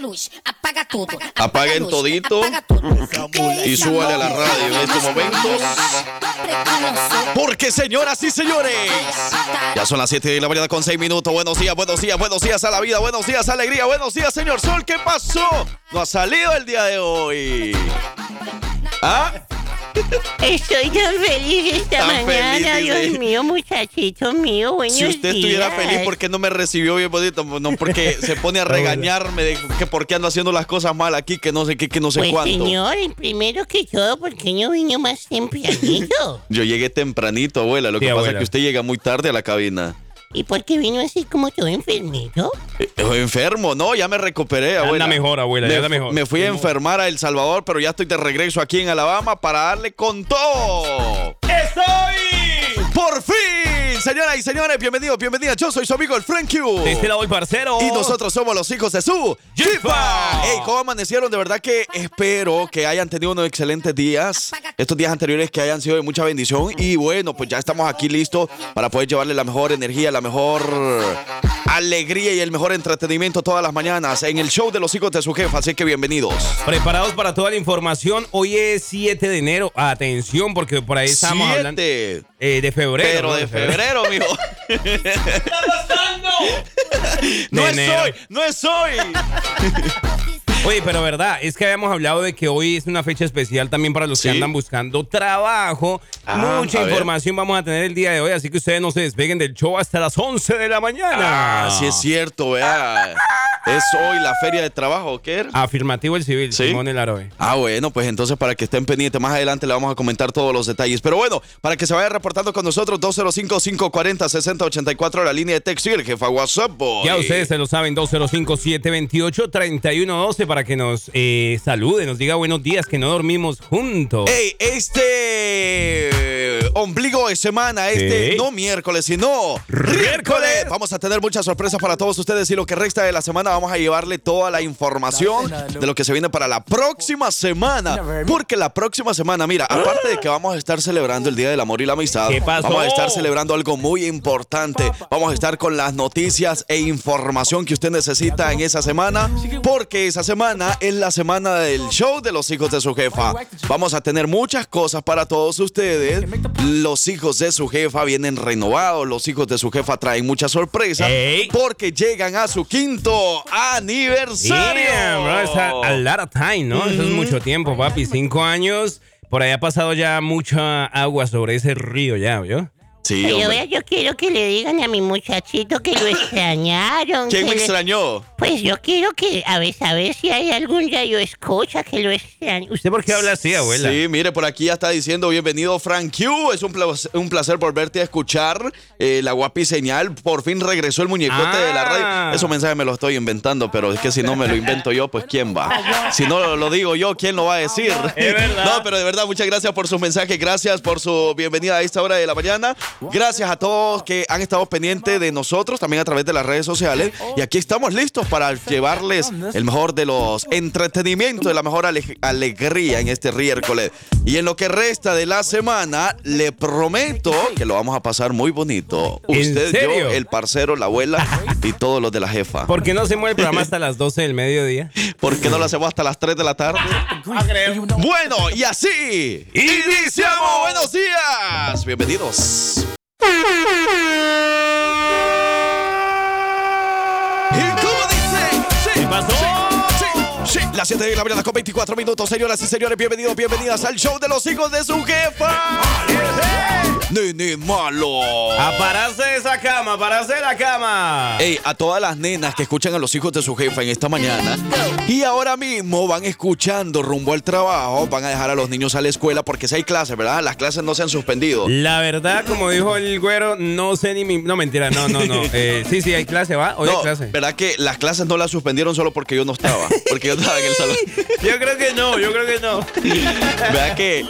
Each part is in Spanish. luz, apaga todo. apaga Apaguen luz, todito. Apaga todo. Y súbale a la radio en estos momentos. Porque señoras y señores, ya son las 7 de la mañana con 6 minutos. Buenos días, buenos días, buenos días a la vida, buenos días alegría, buenos días señor Sol. ¿Qué pasó? No ha salido el día de hoy. ¿Ah? Estoy tan feliz esta Tan mañana, feliz, dice. Dios mío, muchachito mío, buenos Si usted estuviera días. feliz, ¿por qué no me recibió bien bonito? No, porque se pone a regañarme de que por qué ando haciendo las cosas mal aquí, que no sé qué, que no sé Pues cuánto. señor, primero que todo, ¿por qué no vino más tempranito? Yo llegué tempranito, abuela. Lo Sí, que pasa es abuela. que usted llega muy tarde a la cabina. ¿Y por qué vino así como todo enfermito? Eh, enfermo, no, ya me recuperé, abuela. Anda mejor, abuela, ya Me anda fu- mejor. Me fui a enfermar a El Salvador, pero ya estoy de regreso aquí en Alabama para darle con todo. ¡Estoy! ¡Por fin! Señoras y señores, bienvenidos, bienvenidas. Yo soy su amigo el Frank Q. De este lado el parcero. Y nosotros somos los hijos de su Jefa. Jefa. Ey, ¿cómo amanecieron? De verdad que espero que hayan tenido unos excelentes días. Estos días anteriores que hayan sido de mucha bendición. Y bueno, pues ya estamos aquí listos para poder llevarle la mejor energía, la mejor alegría y el mejor entretenimiento todas las mañanas en el show de los hijos de su jefa. Así que bienvenidos. Preparados para toda la información. Hoy es 7 de enero. Atención, porque por ahí estamos Siete, hablando eh, de febrero. Pero ¿no? de febrero, mijo. No De es enero. hoy, no es hoy. Oye, pero verdad, es que habíamos hablado de que hoy es una fecha especial también para los Sí. que andan buscando trabajo. Ah, a Mucha ver. información vamos a tener el día de hoy, así que ustedes no se despeguen del show hasta las 11 de la mañana. Ah, sí es cierto, vea. Es hoy la feria de trabajo, ¿o ¿qué era? Afirmativo el civil, Sí. Simón el Aroe. Ah, bueno, pues entonces para que estén pendientes, más adelante le vamos a comentar todos los detalles. Pero bueno, para que se vaya reportando con nosotros, 205-540-6084, la línea de texto y el jefa WhatsApp. boy. Ya ustedes se lo saben, 205-728-3112 para que nos eh, salude, nos diga buenos días, que no dormimos juntos. Ey, este ombligo de semana, este Sí. no miércoles, sino miércoles. Vamos a tener muchas sorpresas para todos ustedes y lo que resta de la semana vamos a llevarle toda la información de lo que se viene para la próxima semana. Porque la próxima semana, mira, aparte de que vamos a estar celebrando el Día del Amor y la Amistad, ¿Qué pasó? vamos a estar celebrando algo muy importante. Vamos a estar con las noticias e información que usted necesita en esa semana, porque esa semana es la semana del show de los hijos de su jefa. Vamos a tener muchas cosas para todos ustedes. Los hijos de su jefa vienen renovados, los hijos de su jefa traen muchas sorpresas, Ey. porque llegan a su quinto aniversario. Damn, bro, it's a, a lot of time, ¿no? Eso es mucho tiempo, papi. Cinco años. Por ahí ha pasado ya mucha agua sobre ese río ya, ¿vio? Sí, Pero hombre. vea, yo quiero que le digan a mi muchachito que lo extrañaron. ¿Quién que me le- extrañó? Pues yo quiero que, a ver, a ver si hay algún yo escucha que lo extrañe. ¿Usted por qué habla así, abuela? Sí, mire, por aquí ya está diciendo bienvenido Frank Q. Es un placer, un placer volverte a escuchar. Eh, la guapi señal. Por fin regresó el muñecote Ah. de la radio. Esos mensajes me los estoy inventando, pero es que si no me lo invento yo, pues ¿quién va? Si no lo digo yo, ¿quién lo va a decir? Es verdad. No, pero de verdad, muchas gracias por sus mensajes. Gracias por su bienvenida a esta hora de la mañana. Gracias a todos que han estado pendientes de nosotros, también a través de las redes sociales. Y aquí estamos listos para llevarles el mejor de los entretenimientos, y la mejor ale- alegría en este miércoles. Y en lo que resta de la semana, le prometo que lo vamos a pasar muy bonito. ¿En Usted, yo, serio? el parcero, la abuela y todos los de la jefa. ¿Por qué no se mueve el programa hasta las 12 del mediodía? ¿Por qué no lo hacemos hasta las 3 de la tarde? Bueno, y así iniciamos. Buenos días. Bienvenidos. ¿Y cómo dice? Sí, ¿Qué pasó? sí, sí. Las 7 de la mañana con 24 minutos, señoras y señores, bienvenidos, bienvenidas al show de los hijos de su jefa. Nene malo. A pararse de esa cama, a pararse de la cama. Ey, a todas las nenas que escuchan a los hijos de su jefa en esta mañana y ahora mismo van escuchando rumbo al trabajo, van a dejar a los niños a la escuela porque si hay clases, ¿verdad? Las clases no se han suspendido. La verdad, como dijo el güero, no sé ni mi... No, mentira, no, no, no. Eh, sí, sí, hay clase, ¿va? Hoy No, hay clase. ¿verdad que las clases no las suspendieron solo porque yo no estaba? Porque yo estaba en el salón. Yo creo que no, yo creo que no. ¿Verdad que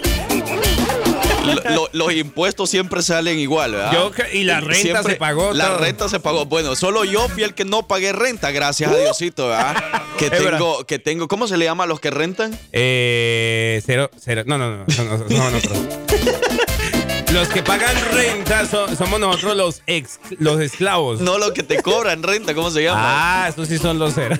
lo- lo- los impuestos siempre salen igual, ¿verdad? Yo que- y la renta Ah. Siempre- se pagó. La todo. renta se pagó. Bueno, solo yo fui el que no pagué renta, gracias a Diosito, ¿verdad? Que Uh. Es verdad. tengo, que tengo, ¿cómo se le llama a los que rentan? Eh, cero, cero. No, no, no. no, no, no, no, perdón. Los que pagan renta so- somos nosotros los ex, los esclavos. No, lo que te cobran renta, ¿cómo se llama? Ah, esos sí son los cero.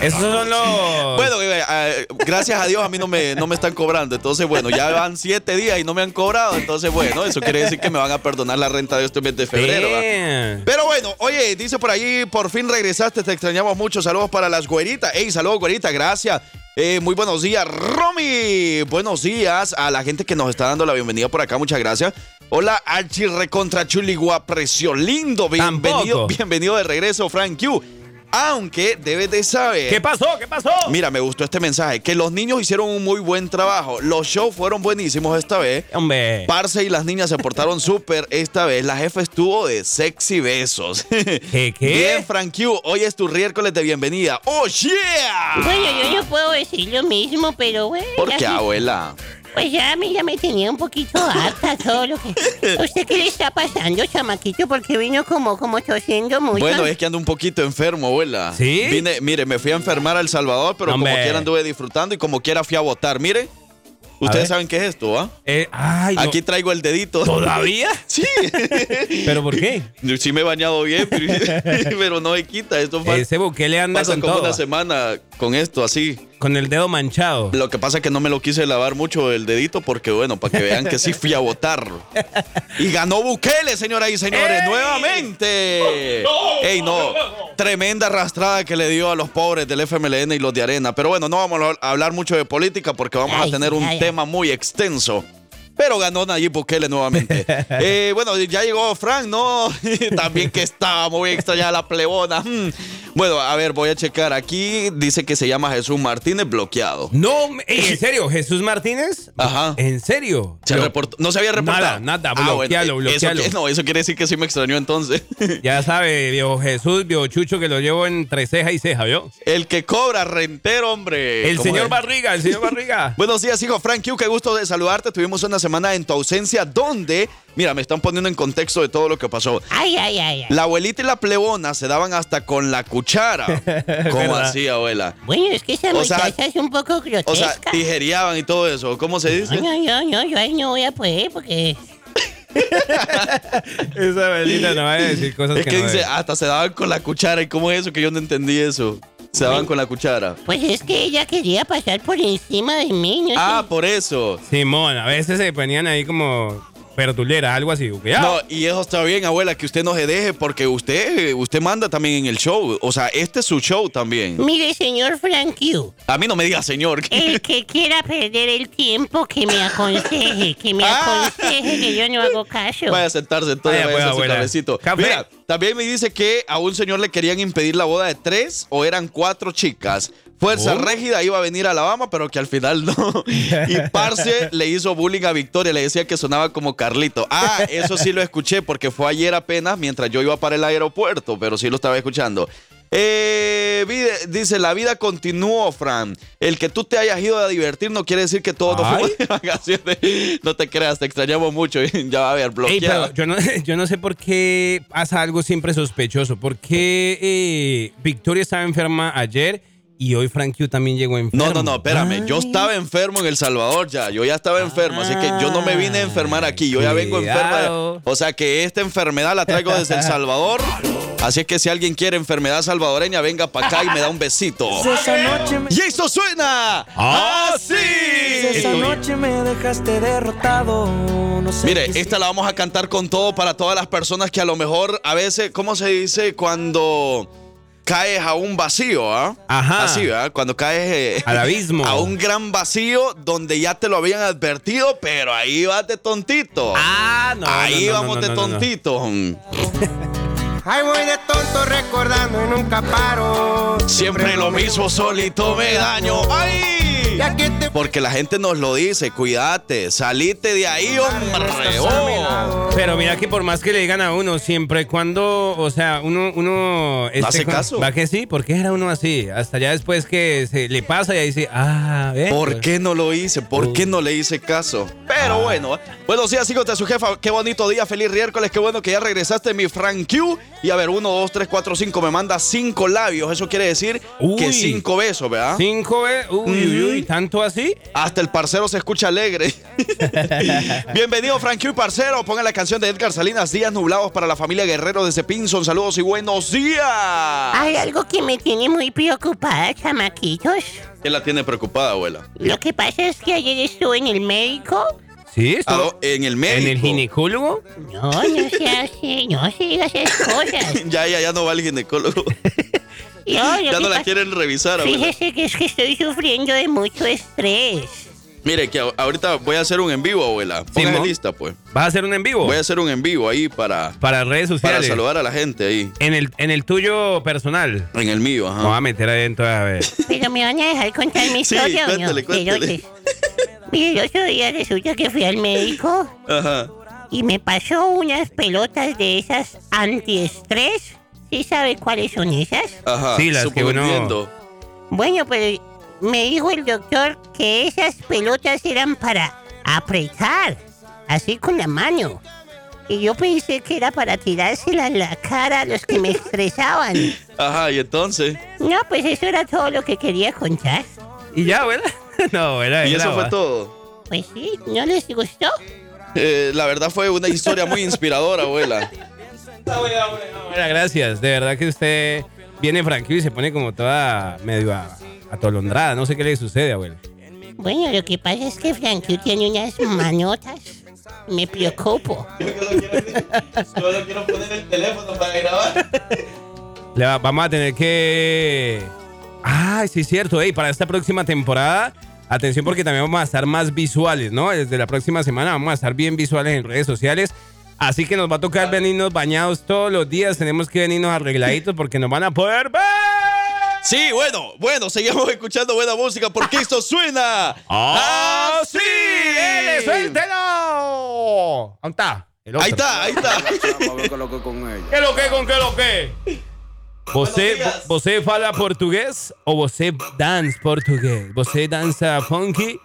Esos son los. Bueno, eh, eh, gracias a Dios a mí no me, no me están cobrando. Entonces, bueno, ya van siete días y no me han cobrado. Entonces, bueno, eso quiere decir que me van a perdonar la renta de este mes de febrero. ¿va? Damn. Pero bueno, oye, dice por allí, por fin regresaste, te extrañamos mucho. Saludos para las güeritas. Ey, saludos, güerita, gracias. Eh, muy buenos días, Romy. Buenos días a la gente que nos está dando la bienvenida por acá, muchas gracias. Hola, Archie Recontra Chuli Guaprecio. Lindo, bienvenido, Tampoco. bienvenido de regreso, Frank Q. Aunque debes de saber. ¿Qué pasó? ¿Qué pasó? Mira, me gustó este mensaje, que los niños hicieron un muy buen trabajo. Los shows fueron buenísimos esta vez. Hombre. Parce y las niñas se portaron súper esta vez. La jefa estuvo de sexy besos. ¿Qué, qué? Bien, Frank Q, hoy es tu miércoles de bienvenida. ¡Oh, yeah! Bueno, yo no puedo decir lo mismo, pero bueno. ¿Por qué, ya- abuela? Pues ya a mí ya me tenía un poquito harta todo lo que... ¿Usted qué le está pasando, chamaquito? Porque vino como, como tosiendo mucho. Bueno, eh. es que ando un poquito enfermo, abuela. ¿Sí? Vine, mire, me fui a enfermar a El Salvador, pero como Hombre. quiera anduve disfrutando y como quiera fui a votar. Mire, ver. ustedes saben qué es esto, ¿ah? Eh, ay, no. Aquí traigo el dedito. ¿Todavía? Sí. ¿Pero por qué? Sí me he bañado bien, pero, pero no me quita. Esto fal- Ese buquele anda pasa con como todo. una semana con esto así. Con el dedo manchado. Lo que pasa es que no me lo quise lavar mucho el dedito porque, bueno, para que vean que sí fui a votar. Y ganó Bukele, señoras y señores, ¡Ey! nuevamente. ¡Ey, no! Tremenda arrastrada que le dio a los pobres del FMLN y los de Arena. Pero bueno, no vamos a hablar mucho de política porque vamos a Ay, tener un ay, ay. tema muy extenso. Pero ganó Nayib Bukele nuevamente. Eh, bueno, ya llegó Frank, ¿no? También que estaba muy extrañada la plebona. Mm. Bueno, a ver, voy a checar. Aquí dice que se llama Jesús Martínez bloqueado. No, me- ey, en serio, Jesús Martínez. Ajá. ¿En serio? Se Lo- reportó- no se había reportado. Nada, nada, bloquealo, bueno, eh, eso bloquealo. que- no, eso quiere decir que sí me extrañó entonces. Ya sabe, viejo Jesús, viejo Chucho, que lo llevo entre ceja y ceja, ¿vio? El que cobra rentero, hombre. El Eh, ¿Cómo señor es? Barriga, el señor Barriga. Buenos días, hijo Frank Q, qué gusto de saludarte. Tuvimos una semana en tu ausencia donde, mira, me están poniendo en contexto de todo lo que pasó. Ay, ay, ay, ay. La abuelita y la plebona se daban hasta con la cuchara. ¿Cómo ¿Verdad? así, abuela? Bueno, es que esa O sea, muchacha es un poco grotesca. O sea, tijereaban y todo eso. ¿Cómo se No, dice? no, no, no, yo ahí no voy a poder porque... Esa velita no va a decir cosas Es que no dice, debe. hasta se daban con la cuchara. ¿Y cómo es eso? Que yo no entendí eso. Se daban con la cuchara. Pues es que ella quería pasar por encima de mí, ¿no? Ah, por eso. Simón, a veces se ponían ahí como perduleras, algo así. "Ah". ¿ok? No, y eso está bien, abuela, que usted no se deje porque usted, usted manda también en el show. O sea, este es su show también. Mire, señor Frank Yu, A mí no me diga señor. el que quiera perder el tiempo, que me aconseje, que me Ah. aconseje que yo no hago caso. Vaya a sentarse entonces, Vaya, vaya, pues, a hacer su abuela. cabecito. Café. Mira, también me dice que a un señor le querían impedir la boda de tres o eran cuatro chicas. Fuerza Oh. Régida iba a venir a Alabama, pero que al final no. Y Parce le hizo bullying a Victoria, le decía que sonaba como Carlito. Ah, eso sí lo escuché porque fue ayer apenas mientras yo iba para el aeropuerto, pero sí lo estaba escuchando. Eh, vide- dice, la vida continuó, Fran. El que tú te hayas ido a divertir no quiere decir que todo no Ay. fue de vacaciones. No te creas, te extrañamos mucho. ya va a haber Ey, bloqueado. pero yo no, yo no sé por qué pasa algo siempre sospechoso. ¿Por qué eh, Victoria estaba enferma ayer y hoy Frank Yu también llegó enfermo? Ah. No, no, no, espérame. Yo estaba enfermo en El Salvador ya. Yo ya estaba enfermo. Así que yo no me vine a enfermar aquí. Yo ya vengo Cuidado. enfermo. O sea que esta enfermedad la traigo desde El Salvador. Así es que si alguien quiere enfermedad salvadoreña, venga para acá y me da un besito. Esa noche me, ¡Y eso suena! esa ¡Así! noche me dejaste derrotado. No sé Mire, qué esta la vamos a cantar con todo para todas las personas que a lo mejor a veces, ¿cómo se dice? Cuando caes a un vacío, ¿ah? Ajá. Así, ¿verdad? Cuando caes eh, Al abismo. a un gran vacío donde ya te lo habían advertido, pero ahí vas de tontito. Ah, no. ahí no, no, vamos no, de no, no, no. tontito. Ay, voy de tonto recordando y nunca paro. Siempre lo mismo, solito me daño. ¡Ay! Ya que te Porque la gente nos lo dice, cuídate, salite de ahí, hombre. Oh. Pero mira que por más que le digan a uno, siempre y cuando, o sea, uno, uno hace caso. ¿Va que sí? ¿Por qué era uno así? Hasta ya después que se le pasa y ahí dice, ah, ¿ves? ¿Por qué no lo hice? ¿Por qué no le hice caso? Ah. Pero bueno, buenos días, hijos de su jefa. Qué bonito día, feliz miércoles. Qué bueno que ya regresaste, mi Frank Q. Y a ver, uno, dos, tres, cuatro, cinco. Me manda cinco labios. Eso quiere decir Uy. que cinco besos, ¿verdad? Cinco veces. Uy, uy, uy, tanto así. Hasta el parcero se escucha alegre. Bienvenido, Frankie Parcero. Pongan la canción de Edgar Salinas, Días Nublados para la familia Guerrero desde Pinson. Saludos y buenos días. ah. Hay algo que me tiene muy preocupada, chamaquitos. ¿Quién la tiene preocupada, abuela? Lo que pasa es que ayer estuve en el médico. Sí, Ah, estuvo- no, en el médico. ¿En el ginecólogo? No, no se hace, no se diga esas cosas. Ya, ya, ya no va el ginecólogo. No, lo ya que no la pasa- quieren revisar, abuela. Fíjese que es que estoy sufriendo de mucho estrés. Mire, que a- ahorita voy a hacer un en vivo, abuela. Póngase Simón. lista, pues. ¿Vas a hacer un en vivo? Voy a hacer un en vivo ahí para, Para redes para sociales. saludar a la gente ahí. En el, en el tuyo personal. En el mío, Me voy ajá. a meter adentro a ver. Pero me van a dejar contar mi Sí, historia, ¿o cuéntale, no? cuéntale. Pero- Mire, el otro día resulta que fui al médico Ajá. y me pasó unas pelotas de esas antiestrés. ¿Sí sabe cuáles son esas? Ajá. Sí, las que uno- suponiendo. Bueno, pero me dijo el doctor que esas pelotas eran para apretar, así con la mano. Y yo pensé que era para tirárselas en la cara a los que me estresaban. Ajá, y entonces. No, pues eso era todo lo que quería contar. ¿Y ya, abuela? No, abuela. Y era- eso fue todo. Pues sí, ¿no les gustó? Eh, la verdad fue una historia muy inspiradora, abuela. Abuela, gracias. De verdad que usted viene Frankie y se pone como toda medio a- atolondrada. No sé qué le sucede, abuela. Bueno, lo que pasa es que Frankie tiene unas manotas. Me preocupo. Solo quiero poner el teléfono para grabar. Le va- vamos a tener que. Ah, sí, es cierto. Ey, para esta próxima temporada, atención porque también vamos a estar más visuales, ¿no? Desde la próxima semana vamos a estar bien visuales en redes sociales. Así que nos va a tocar venirnos bañados todos los días. Tenemos que venirnos arregladitos porque nos van a poder ver. Sí, bueno, bueno, seguimos escuchando buena música porque esto suena ¡Ah, así. ¡Ele, suéltelo! ¿Dónde está? El otro. Ahí está, ahí está. ¿Qué lo que con qué lo que? ¿Você, você fala portugués o você danza portugués? ¿Você danza funky?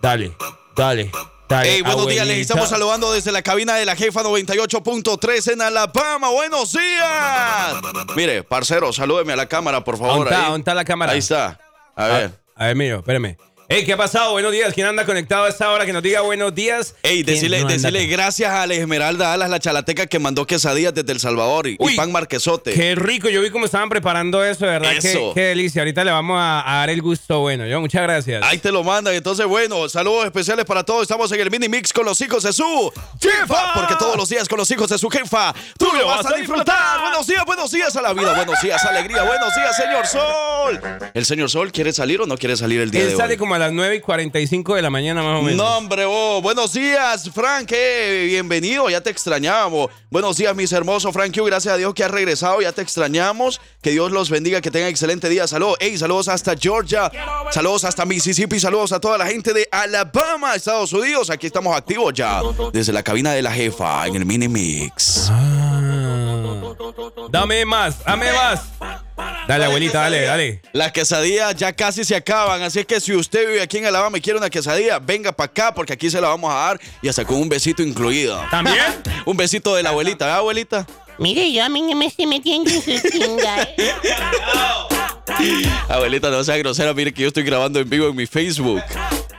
Dale, dale, dale. Hey, buenos días, les abuelita. estamos saludando desde la cabina de la jefa 98.3 en Alabama. Buenos días. Mire, parcero, salúdeme a la cámara, por favor. ¿Dónde está? ahí. ¿Dónde está la cámara? ¿eh? Ah, Ahí está. A ver. A ver, mío, espérame. Ey, ¿qué ha pasado? Buenos días. ¿Quién anda conectado a esta hora que nos diga buenos días? Ey, ¿Quién decirle, no anda decirle con- gracias a la Esmeralda Alas, la chalateca que mandó quesadillas desde El Salvador y, y Uy, pan marquesote. Qué rico, yo vi cómo estaban preparando eso, de verdad. qué- Eso. Qué, delicia. Ahorita le vamos a, a dar el gusto bueno. Yo, muchas gracias. Ahí te lo mandan. Entonces, bueno, saludos especiales para todos. Estamos en el mini mix con los hijos de su jefa. Porque todos los días con los hijos de su jefa, tú lo vas a disfrutar. Buenos días, buenos días a la vida. Buenos días, alegría. Buenos días, señor Sol. ¿El señor Sol quiere salir o no quiere salir el día Él de sale hoy? como a las 9 y 45 de la mañana, más o menos. No, hombre, vos. Buenos días, Frank. eh, bienvenido, ya te extrañábamos. Buenos días, mis hermosos Frank. Q, Gracias a Dios que has regresado, ya te extrañamos. Que Dios los bendiga, que tengan excelente día. Saludos, hey, saludos hasta Georgia. Saludos hasta Mississippi. Saludos a toda la gente de Alabama, Estados Unidos. Aquí estamos activos ya. Desde la cabina de la jefa, en el mini mix. Dame más, dame más. Dale, abuelita, dale, dale. Las quesadillas ya casi se acaban, así es que si usted vive aquí en Alabama y quiere una quesadilla, venga para acá porque aquí se la vamos a dar y hasta con un besito incluido. ¿También? Un besito de la abuelita, ¿verdad, abuelita? Mire, yo a mí no me estoy metiendo en su chinga. ¿eh? Abuelita, no sea grosera, mire que yo estoy grabando en vivo en mi Facebook.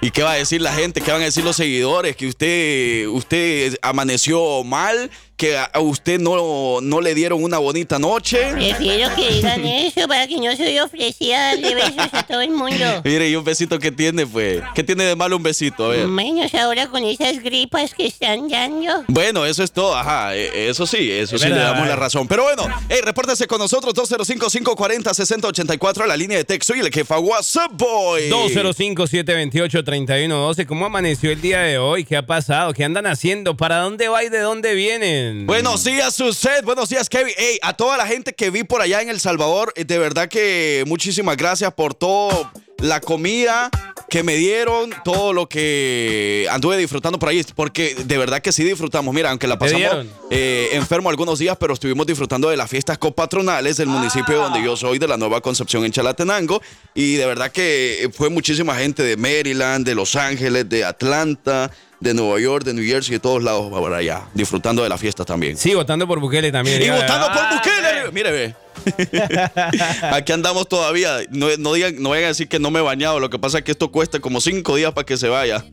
¿Y qué va a decir la gente? ¿Qué van a decir los seguidores? Que usted, usted amaneció mal, que a a usted no, no le dieron una bonita noche. Prefiero que digan eso para que no soy ofrecida a darle besos a todo el mundo. Mire, y un besito que tiene, pues. ¿Qué tiene de malo un besito? A ver. Menos ahora con esas gripas que están dando. Bueno, eso es todo, ajá, eh, eso sí, eso Es sí le verdad, damos la eh. razón. Pero bueno, hey, repórtese con nosotros 205-540-6084 a la línea de texto y el jefa WhatsApp Boy. 205-728-3112. ¿Cómo amaneció el día de hoy? ¿Qué ha pasado? ¿Qué andan haciendo? ¿Para dónde va y de dónde vienen? Buenos días, Suset. Buenos días, Kevin. Ey, a toda la gente que vi por allá en El Salvador, eh, de verdad que muchísimas gracias por todo la comida que me dieron, todo lo que anduve disfrutando por ahí, porque de verdad que sí disfrutamos. Mira, aunque la ¿Te pasamos dieron? eh, enfermo algunos días, pero estuvimos disfrutando de las fiestas copatronales del municipio Ah. donde yo soy, de la Nueva Concepción en Chalatenango, y de verdad que fue muchísima gente de Maryland, de Los Ángeles, de Atlanta, de Nueva York, de New Jersey, de todos lados va para allá, disfrutando de las fiestas también. Sí, votando por Bukele también. Y Ya, votando por ah, Bukele. Mire, ve. Aquí andamos todavía. No, no digan, no vayan a decir que no me he bañado. Lo que pasa es que esto cuesta como cinco días para que se vaya.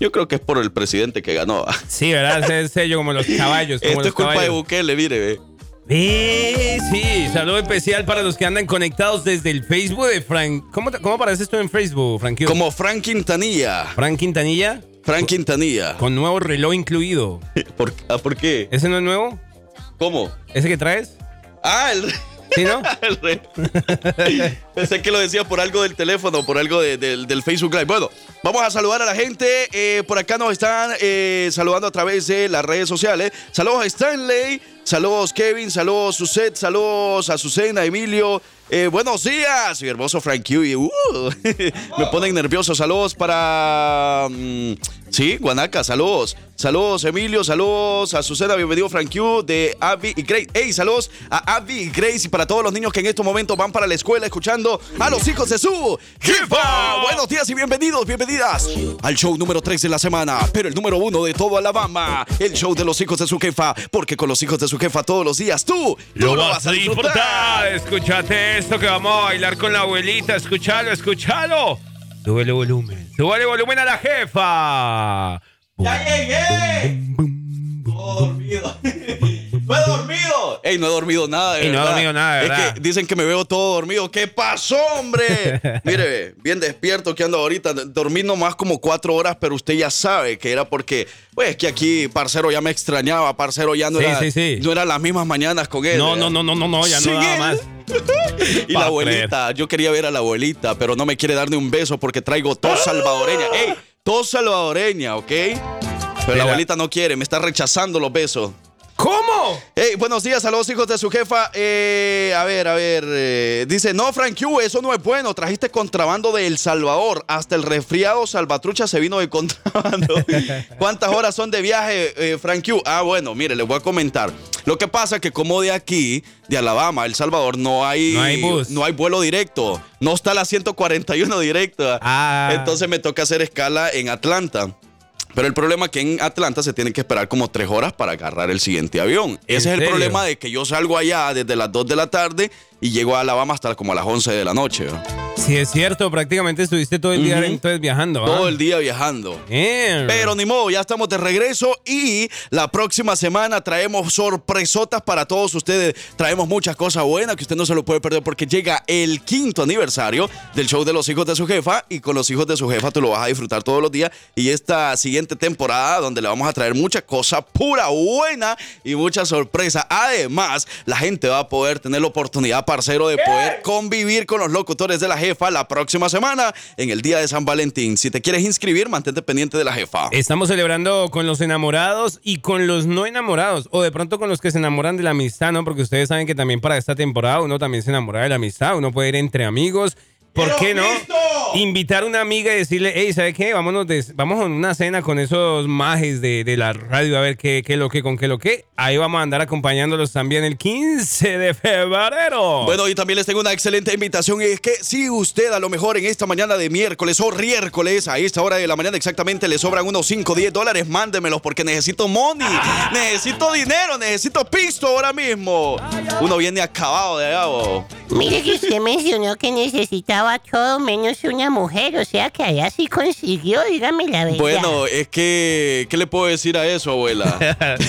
Yo creo que es por el presidente que ganó. Sí, ¿verdad? Ese es sello como los caballos. Como Esto los es culpa de caballos. Bukele, mire, ve. Eh, sí, saludo especial para los que andan conectados desde el Facebook de Frank. ¿Cómo, te- cómo apareces tú en Facebook, Frankie? Como Frank Quintanilla. Frank Quintanilla Frank Quintanilla. con nuevo reloj incluido. ¿Por, ah, ¿por qué? ¿Ese no es nuevo? ¿Cómo? ¿Ese que traes? Ah, el, ¿Sí, no? el rey. Pensé que lo decía por algo del teléfono, por algo de- del- del Facebook Live. Bueno, vamos a saludar a la gente. Eh, por acá nos están eh, saludando a través de las redes sociales. Saludos a Stanley, saludos Kevin, saludos Suset, saludos a Susana, Emilio. Eh, buenos días, mi hermoso Frank Huey. Uh, me ponen nervioso. Saludos para. mm, sí, Guanaca, saludos. Saludos, Emilio, saludos a Susana. Bienvenido, Frank Q de Abby y Grace. Hey, saludos a Abby y Grace y para todos los niños que en estos momentos van para la escuela escuchando a los hijos de su jefa. Buenos días y bienvenidos, bienvenidas al show número 3 de la semana, pero el número 1 de todo Alabama, el show de los hijos de su jefa, porque con los hijos de su jefa todos los días tú, tú Lo vas a disfrutar. Escúchate esto que vamos a bailar con la abuelita. Escúchalo, escúchalo. Súbele volumen. Súbele volumen a la jefa. ¡Ya llegué! dormido. No he dormido. Ey, no he dormido nada, de Ey, no he verdad. dormido nada, de Es verdad. que dicen que me veo todo dormido. ¿Qué pasó, hombre? Mire, ve, bien despierto que ando ahorita. Dormí nomás como cuatro horas, pero usted ya sabe que era porque, pues, es que aquí, parcero, ya me extrañaba. Parcero, ya no, Sí, era, sí, sí. no eran las mismas mañanas con él. No, ¿verdad? no, no, no, no, no, ya no Sin daba él. más. Y Va la a abuelita, yo quería ver a la abuelita, pero no me quiere dar ni un beso porque traigo tos salvadoreña. ¡Ey! Tos salvadoreña, ¿ok? Pero la Espera. abuelita no quiere, me está rechazando los besos. ¿Cómo? Ey, buenos días a los hijos de su jefa. Eh, a ver, a ver. eh, dice, no, Frank Q, eso no es bueno. Trajiste contrabando de El Salvador. Hasta el resfriado Salvatrucha se vino de contrabando. ¿Cuántas horas son de viaje, eh, Frank Q? Ah, bueno, mire, les voy a comentar. Lo que pasa es que como de aquí, de Alabama, a El Salvador, no hay, No hay bus. no hay vuelo directo. No está la 141 directa. Ah. Entonces me toca hacer escala en Atlanta. Pero el problema es que en Atlanta se tiene que esperar como tres horas para agarrar el siguiente avión. Ese es el serio? problema de que yo salgo allá desde las 2 de la tarde y llego a Alabama hasta como a las 11 de la noche. ¿no? Sí, es cierto, prácticamente estuviste todo el día Ujú. entonces viajando. ¿ah? Todo el día viajando. Damn. Pero ni modo, ya estamos de regreso y la próxima semana traemos sorpresotas para todos ustedes. Traemos muchas cosas buenas que usted no se lo puede perder porque llega el quinto aniversario del show de los hijos de su jefa y con los hijos de su jefa tú lo vas a disfrutar todos los días. Y esta siguiente temporada donde le vamos a traer mucha cosa pura, buena y mucha sorpresa. Además, la gente va a poder tener la oportunidad, parcero, de poder convivir con los locutores de la jefa la próxima semana en el día de San Valentín. Si te quieres inscribir, mantente pendiente de la jefa. Estamos celebrando con los enamorados y con los no enamorados, o de pronto con los que se enamoran de la amistad, ¿no? Porque ustedes saben que también para esta temporada uno también se enamora de la amistad, uno puede ir entre amigos. ¿Por qué no? Invitar a una amiga y decirle, hey, ¿sabes qué? Vámonos de- vamos a una cena con esos majes de, de la radio a ver qué, qué lo que, con qué lo que. Ahí vamos a andar acompañándolos también el 15 de febrero. Bueno, y también les tengo una excelente invitación. Y es que si usted a lo mejor en esta mañana de miércoles o riércoles, a esta hora de la mañana exactamente, le sobran unos 5 o 10 dólares, mándemelos porque necesito money, necesito dinero, necesito pisto ahora mismo. Uno viene acabado de allá, bo. Mire que usted mencionó que necesitaba todo menos una mujer, o sea que allá sí consiguió, dígame la verdad. Bueno, es que, ¿qué le puedo decir a eso, abuela?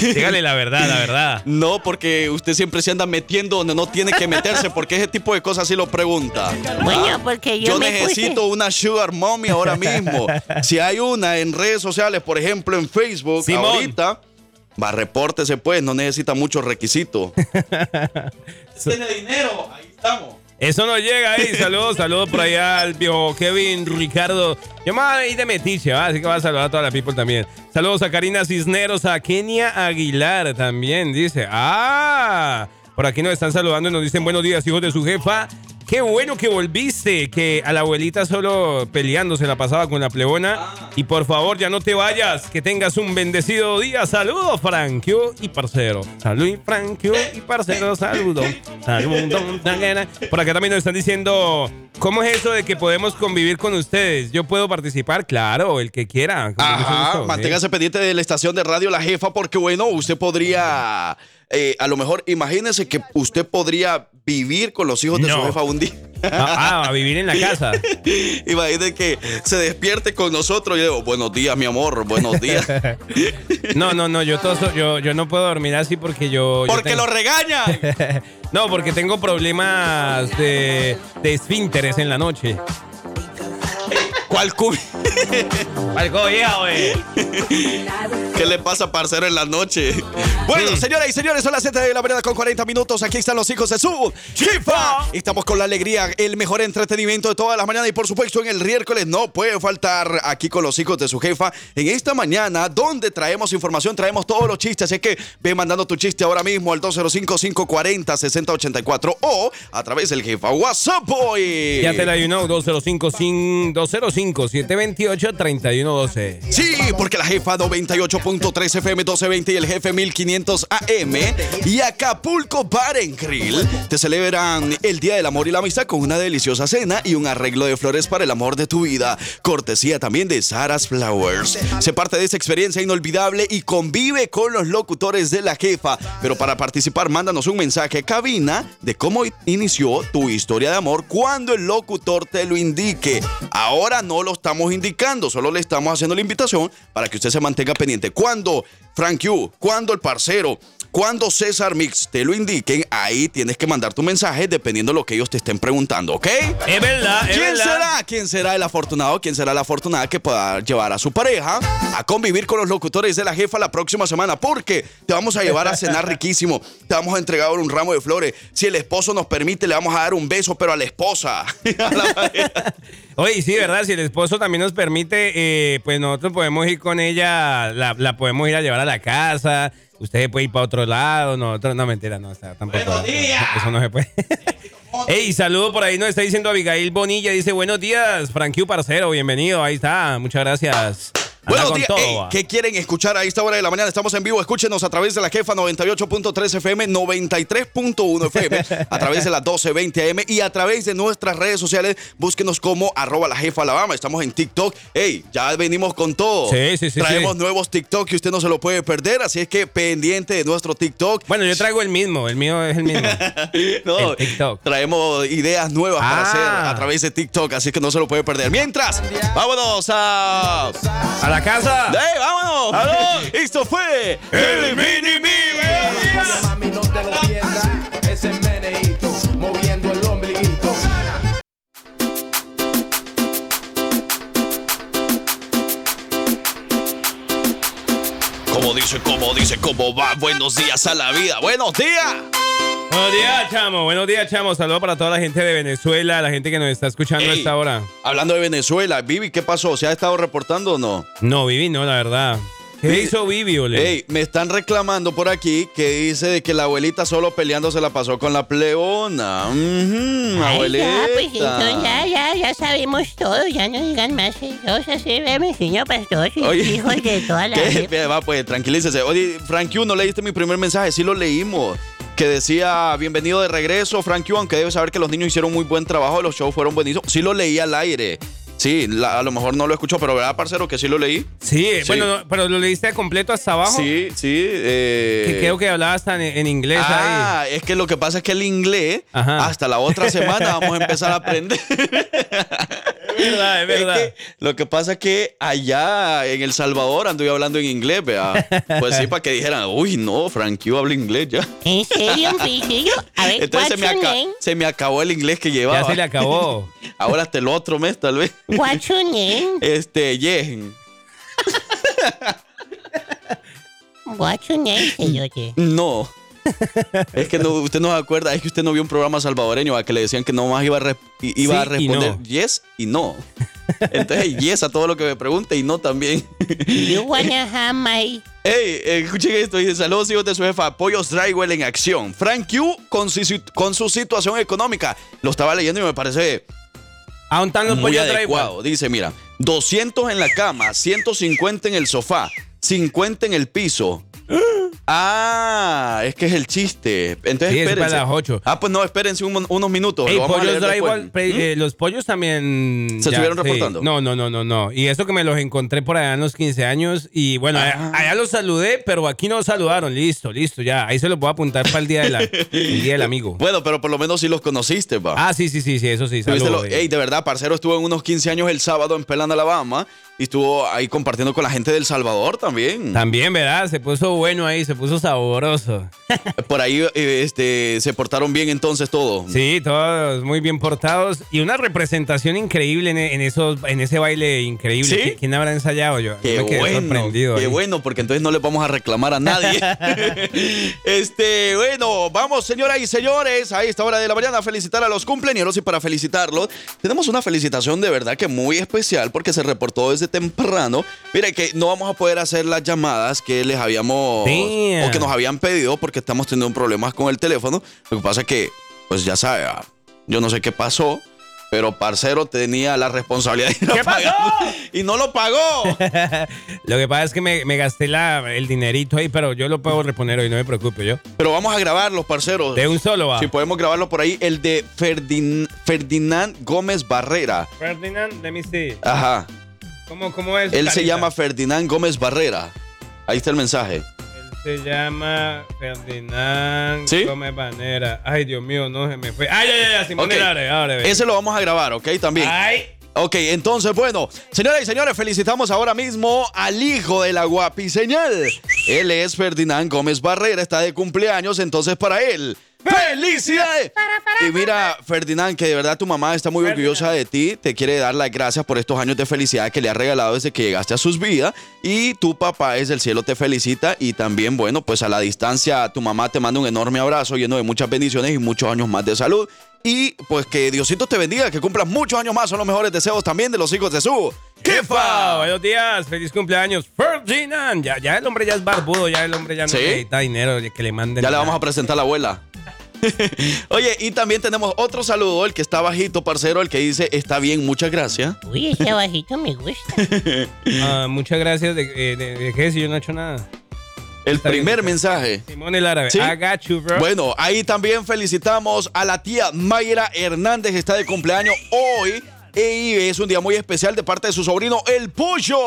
dígale la verdad, la verdad. No, porque usted siempre se anda metiendo donde no tiene que meterse, porque ese tipo de cosas sí lo pregunta. Bueno, porque yo, ah, Yo me puse- necesito una sugar mommy ahora mismo. si hay una en redes sociales, por ejemplo en Facebook, Simón. ahorita, va, repórtese pues, no necesita muchos requisitos. Tiene dinero, ahí estamos. Eso no llega ahí. Saludos, saludos por allá al viejo Kevin, Ricardo. Yo me voy a ir de metiche, ¿va? así que va a saludar a toda la people también. Saludos a Karina Cisneros, a Kenia Aguilar también, dice. ¡Ah! Por aquí nos están saludando y nos dicen buenos días, hijos de su jefa. Qué bueno que volviste, que a la abuelita solo peleando se la pasaba con la Ah. plebona. Y por favor, ya no te vayas, que tengas un bendecido día. Saludos, Frankio y parcero. Salud, Frankio y parcero, saludos. Saludos. Por acá también nos están diciendo, ¿cómo es eso de que podemos convivir con ustedes? ¿Yo puedo participar? Claro, el que quiera. con mucho Ajá, gusto, ¿eh? manténgase pendiente de la estación de radio La Jefa porque, bueno, usted podría, eh, a lo mejor, imagínese que usted podría vivir con los hijos de su No. jefa un día. Ah, ah, a vivir en la casa. Imagínese que se despierte con nosotros y le digo, buenos días, mi amor, buenos días. No, no, no, yo, toso- yo, yo no puedo dormir así porque yo... yo porque tengo- lo regañan. No, porque tengo problemas de, de esfínteres en la noche. ¿Cuál cu- güey. ¿Qué le pasa, parcero, en la noche? Bueno, señoras y señores, son las 7 de la mañana con 40 minutos. Aquí están los hijos de su chifa. Estamos con la alegría, el mejor entretenimiento de todas las mañanas. Y por supuesto, en el miércoles no puede faltar aquí con los hijos de su jefa. En esta mañana, donde traemos información, traemos todos los chistes. Así que ve mandando tu chiste ahora mismo al 205-540-6084 o a través del jefa WhatsApp Boy. Ya te la ayuno, 205-728-3112. Sí, porque la jefa 98.3 FM 1220 y el jefe 1500 AM y Acapulco Bar and Grill te celebran el Día del Amor y la Amistad con una deliciosa cena y un arreglo de flores para el amor de tu vida. Cortesía también de Sarah's Flowers. Se parte de esta experiencia inolvidable y convive con los locutores de la jefa. Pero para participar, mándanos un mensaje a cabina de cómo inició tu historia de amor cuando el locutor te lo indique. Ahora no lo estamos indicando, solo le estamos haciendo la invitación para que usted se mantenga pendiente. Cuando Frank Yu, cuando el parcero, cuando César Mix te lo indiquen, ahí tienes que mandar tu mensaje dependiendo de lo que ellos te estén preguntando, ¿ok? Es verdad, es ¿Quién verdad. será? ¿Quién será el afortunado? ¿Quién será la afortunada que pueda llevar a su pareja a convivir con los locutores de la jefa la próxima semana? Porque te vamos a llevar a cenar riquísimo, te vamos a entregar un ramo de flores. Si el esposo nos permite, le vamos a dar un beso, pero a la esposa. A la pareja. Oye, sí, ¿verdad? Si el esposo también nos permite, eh, pues nosotros podemos ir con ella, la, la podemos ir a llevar a la casa. Usted se puede ir para otro lado, nosotros, no, mentira, no, o sea, tampoco. Eso no se puede. Ey, saludo por ahí, nos está diciendo Abigail Bonilla, dice, buenos días, Frankie Parcero, bienvenido, ahí está, muchas gracias. Anda Buenos con días. todo, Ey, va. ¿Qué quieren escuchar a esta hora de la mañana? Estamos en vivo. Escúchenos a través de la jefa 98.3 FM, 93.1 FM, a través de las 12.20 AM y a través de nuestras redes sociales. Búsquenos como arroba la jefa Alabama. Estamos en TikTok. Ey, ya venimos con todo. Sí, sí, sí, Traemos sí. nuevos TikTok que usted no se lo puede perder. Así es que pendiente de nuestro TikTok. Bueno, yo traigo el mismo, el mío es el mismo. No, El TikTok. traemos ideas nuevas para Ah. hacer a través de TikTok, así que no se lo puede perder. Mientras, vámonos a a la casa. ¡Ey, vámonos! Esto fue el Mini Mira, Mami, no te lo pierdas. Ese meneíto, moviendo el ombliguito. Como dice, como dice, cómo va. Buenos días a la vida. Buenos días. Buenos días, chamo, buenos días, chamo. Saludos para toda la gente de Venezuela, la gente que nos está escuchando a Ey. esta hora. Hablando de Venezuela, Vivi, ¿qué pasó? ¿Se ha estado reportando o no? No, Vivi no, la verdad. ¿Qué Vivi- hizo Vivi, ole? Ey, me están reclamando por aquí que dice de que la abuelita solo peleando se la pasó con la pleona. Ujú, abuelita. Ya, pues entonces ya, ya, ya sabemos todo. Ya no digan más eh, cosas. Sí, ve, mi señor pastor. y Oye. hijos de toda la ¿Qué? vida. Ve, Va, pues tranquilícese. Oye, Frank Yu, ¿no leíste mi primer mensaje? Sí lo leímos. Que decía, bienvenido de regreso, Frank Yu, aunque debes saber que los niños hicieron muy buen trabajo, los shows fueron buenísimos. Sí lo leí al aire. Sí, la- a lo mejor no lo escuchó, pero ¿verdad, parcero, que sí lo leí? Sí, eh, Sí. bueno, no, pero lo leíste completo hasta abajo. Sí, sí. eh, Que creo que hablabas tan en, en inglés ahí. Ah, es que lo que pasa es que el inglés, Ajá. hasta la otra semana vamos a empezar a aprender. Es verdad, es verdad. que lo que pasa es que allá en El Salvador anduve hablando en inglés, vea. Pues sí, para que dijeran, uy, no, Frank, yo hablo inglés ya. ¿En serio, mi señor? A ver, Entonces se what's me, your aca- name? se me acabó el inglés que llevaba. ya se le acabó. Ahora hasta el otro mes, tal vez. What's your name? Este, Yejen. What's your name, señor? No. es que no, usted no se acuerda, es que usted no vio un programa salvadoreño a que le decían que no más iba a, re- i- iba Sí a y responder no. yes y no. Entonces, yes a todo lo que me pregunte y no también. You wanna have my Hey, eh, escuchen esto. Dice, saludos hijos de su jefa. Pollos Drywell en acción. Frank Q con, su situ- con su situación económica. Lo estaba leyendo y me parece Aún están los muy pollos Drywall. adecuado. Dice, mira, 200 en la cama, 150 en el sofá, 50 en el piso. Ah, es que es el chiste. Entonces Sí, es para espérense. las ocho. Ah, pues no, espérense un mon- unos minutos. Ey, lo vamos a pollos leer después. Drywall, pre- ¿Mm? eh, los pollos también... ¿Se estuvieron reportando? No, no, no, no, no. Y eso que me los encontré por allá en los 15 años y bueno, Ah. allá, allá los saludé, pero aquí no saludaron. Listo, listo, ya. Ahí se los voy a apuntar para el día, de la, el día del amigo. Bueno, pero por lo menos sí los conociste, va. Ah, sí, sí, sí, sí, eso sí. Tuviste saludos, lo- sí. Ey, de verdad, parcero estuvo en unos 15 años el sábado en Pelan, Alabama y estuvo ahí compartiendo con la gente del Salvador también. También, ¿verdad? Se puso bueno ahí, se puso sabroso. Por ahí eh, este, se portaron bien entonces todos. Sí, todos muy bien portados y una representación increíble en, en esos, en ese baile increíble. ¿Sí? ¿Qui- ¿Quién habrá ensayado yo? Qué me quedé bueno, sorprendido. qué ahí. bueno, porque entonces no le vamos a reclamar a nadie. este, bueno, vamos, señoras y señores, a esta hora de la mañana a felicitar a los cumpleaños y para felicitarlos, tenemos una felicitación de verdad que muy especial porque se reportó desde temprano. Mire que no vamos a poder hacer las llamadas que les habíamos Damn. o que nos habían pedido porque estamos teniendo problemas con el teléfono. Lo que pasa es que, pues ya sabe, ah, yo no sé qué pasó. Pero Parcero tenía la responsabilidad de ir a ¿Qué pasó? pagar y no lo pagó. Lo que pasa es que me, me gasté la, el dinerito ahí, pero yo lo puedo reponer hoy, no me preocupe yo. Pero vamos a grabarlos, parceros. De un solo va. Si podemos grabarlo por ahí, el de Ferdin- Ferdinand Gómez Barrera. Ferdinand, let me see. Ajá. ¿Cómo, cómo es? Él carita? se llama Ferdinand Gómez Barrera. Ahí está el mensaje. Él se llama Ferdinand ¿Sí? Gómez Banera. Ay, Dios mío, no se me fue. Ay, ay, ay, ay, Simón, Ok. abre, abre, ve. Ese lo vamos a grabar, ¿ok? También. Ay. Ok, entonces, bueno, señoras y señores, felicitamos ahora mismo al hijo de la guapiseñal. Él es Ferdinand Gómez Barrera, está de cumpleaños, entonces para él. ¡Felicidades! Y mira, Ferdinand, que de verdad tu mamá está muy orgullosa de ti, te quiere dar las gracias por estos años de felicidad que le ha regalado desde que llegaste a sus vidas. Y tu papá desde el cielo te felicita y también, bueno, pues a la distancia tu mamá te manda un enorme abrazo lleno de muchas bendiciones y muchos años más de salud. Y pues que Diosito te bendiga, que cumplas muchos años más. Son los mejores deseos también de los hijos de su. ¡Epa! ¡Kefa! Buenos días, feliz cumpleaños, Ferdinand. Ya, ya el hombre ya es barbudo, ya el hombre ya no ¿Sí? necesita dinero que le manden. Ya le vamos a nada. presentar a la abuela. Oye, y también tenemos otro saludo, el que está bajito, parcero, el que dice, está bien, muchas gracias. Uy, ese bajito me gusta. Ah, muchas gracias. ¿De, eh, de- de qué? Si yo no he hecho nada. El Está bien, primer muchas mensaje. Simón el árabe. ¿Sí? I got you, bro. Bueno, ahí también felicitamos a la tía Mayra Hernández, que está de cumpleaños hoy. e Y es un día muy especial de parte de su sobrino, el Pollo.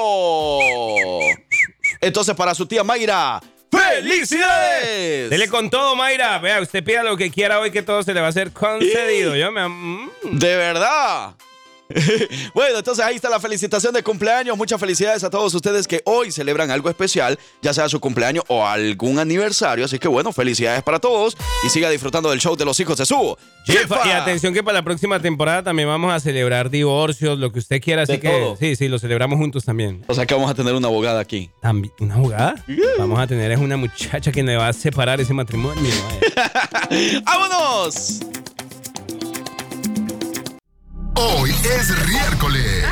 Entonces, para su tía Mayra, ¡felicidades! Dele con todo, Mayra. Vea, usted pida lo que quiera hoy que todo se le va a ser concedido. Yo me. mm. De verdad. bueno, entonces ahí está la felicitación de cumpleaños. Muchas felicidades a todos ustedes que hoy celebran algo especial, ya sea su cumpleaños o algún aniversario. Así que bueno, felicidades para todos y siga disfrutando del show de los hijos de su jefa. Y atención que para la próxima temporada también vamos a celebrar divorcios, lo que usted quiera, así De que todo. sí, sí, lo celebramos juntos también. O sea que vamos a tener una abogada aquí. Tambi- ¿Una jugada? Vamos a tener es una muchacha que le va a separar ese matrimonio. vaya. ¡Vámonos! Hoy es miércoles.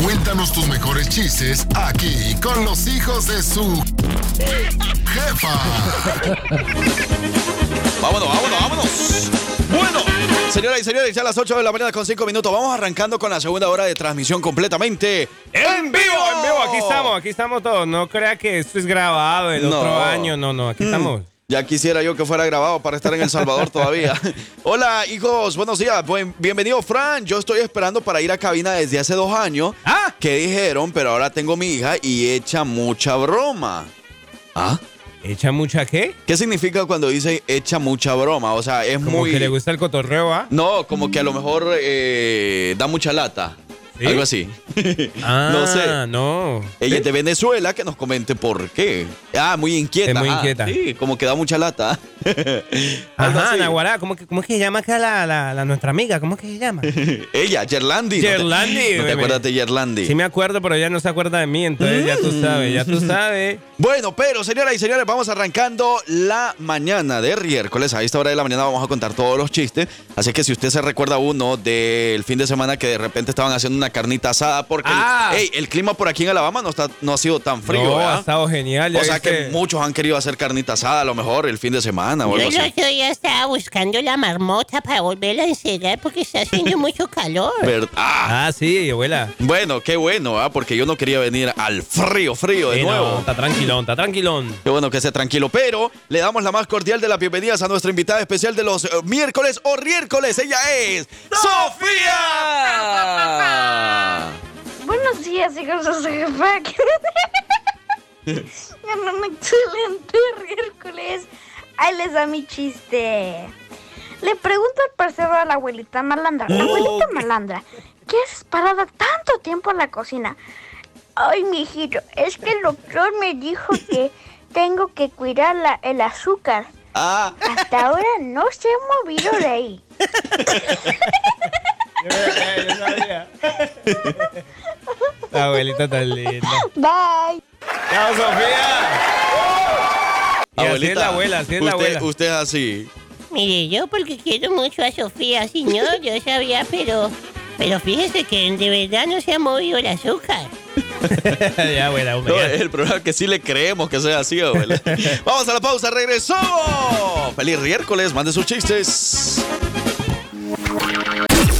Cuéntanos tus mejores chistes aquí con los hijos de su jefa. Vámonos, vámonos, vámonos. Bueno, señoras y señores, ya a las 8 de la mañana con 5 minutos. Vamos arrancando con la segunda hora de transmisión completamente en vivo. En vivo, aquí estamos, aquí estamos todos. No crea que esto es grabado el No. Mm. otro año. No, no, aquí estamos. Ya quisiera yo que fuera grabado para estar en El Salvador todavía. Hola, hijos, buenos días. Buen- bienvenido, Fran. Yo estoy esperando para ir a cabina desde hace dos años. Ah. Que dijeron, pero ahora tengo mi hija y echa mucha broma. ¿Ah? ¿Echa mucha qué? ¿Qué significa cuando dice echa mucha broma? O sea, es Como muy. que le gusta el cotorreo, ¿ah? No, como que a lo mejor eh, da mucha lata. ¿Sí? Algo así. Ah, Mm, no sé. no. Ella es de Venezuela, que nos comente por qué. Ah, muy inquieta. Es muy Ah, inquieta. sí, como que da mucha lata. Algo Ajá, así. Naguará, ¿cómo, que- ¿cómo es que se llama acá la, la- la- nuestra amiga? ¿Cómo es que se llama? Ella, Yerlandi. ¿no te- Yerlandi, ¿No te bebé. acuerdas de Yerlandi? Sí me acuerdo, pero ella no se acuerda de mí, entonces ya Mm. tú sabes, ya tú sabes. Bueno, pero señoras y señores, vamos arrancando la mañana de miércoles. A esta hora de la mañana vamos a contar todos los chistes. Así que si usted se recuerda uno del fin de semana que de repente estaban haciendo una carnita asada porque el- Ah. ey, el, clima por aquí en Alabama no, está, no ha sido tan frío. no, ¿verdad? ha estado genial. ya O sea viste. que muchos han querido hacer carnita asada a lo mejor el fin de semana o Yo algo el así. otro día estaba buscando la marmota para volverla a encerrar porque está haciendo mucho calor. Ver- ah, Ah, sí, abuela. Bueno, qué bueno, ¿ah? porque yo no quería venir al frío, frío de Sí, Eh, no, nuevo. está tranquilón, está tranquilón. Qué bueno que esté tranquilo, pero le damos la más cordial de las bienvenidas a nuestra invitada especial de los eh, miércoles o riércoles. Ella es Sofía. Buenos días, hijos de su jefa. Tengan un excelente miércoles. Ahí les da mi chiste. Le pregunta el parcero a la abuelita malandra. Abuelita malandra, ¿qué haces parada tanto tiempo en la cocina? Ay, mijito, es que el doctor me dijo que tengo que cuidar la- el azúcar. Ah, Hasta ahora no se ha movido de ahí. La abuelita tan linda. Bye. ¡Chao, Sofía! Y así es la abuela, así es la usted- abuela. Usted es así. Mire, yo porque quiero mucho a Sofía, si no, yo sabía, pero... Pero fíjese que de verdad no se ha movido el azúcar. ya, abuela, hombre, No, eh, ya. el problema es que sí le creemos que sea así, abuela. Vamos a la pausa, regresamos. Feliz miércoles, mande sus chistes.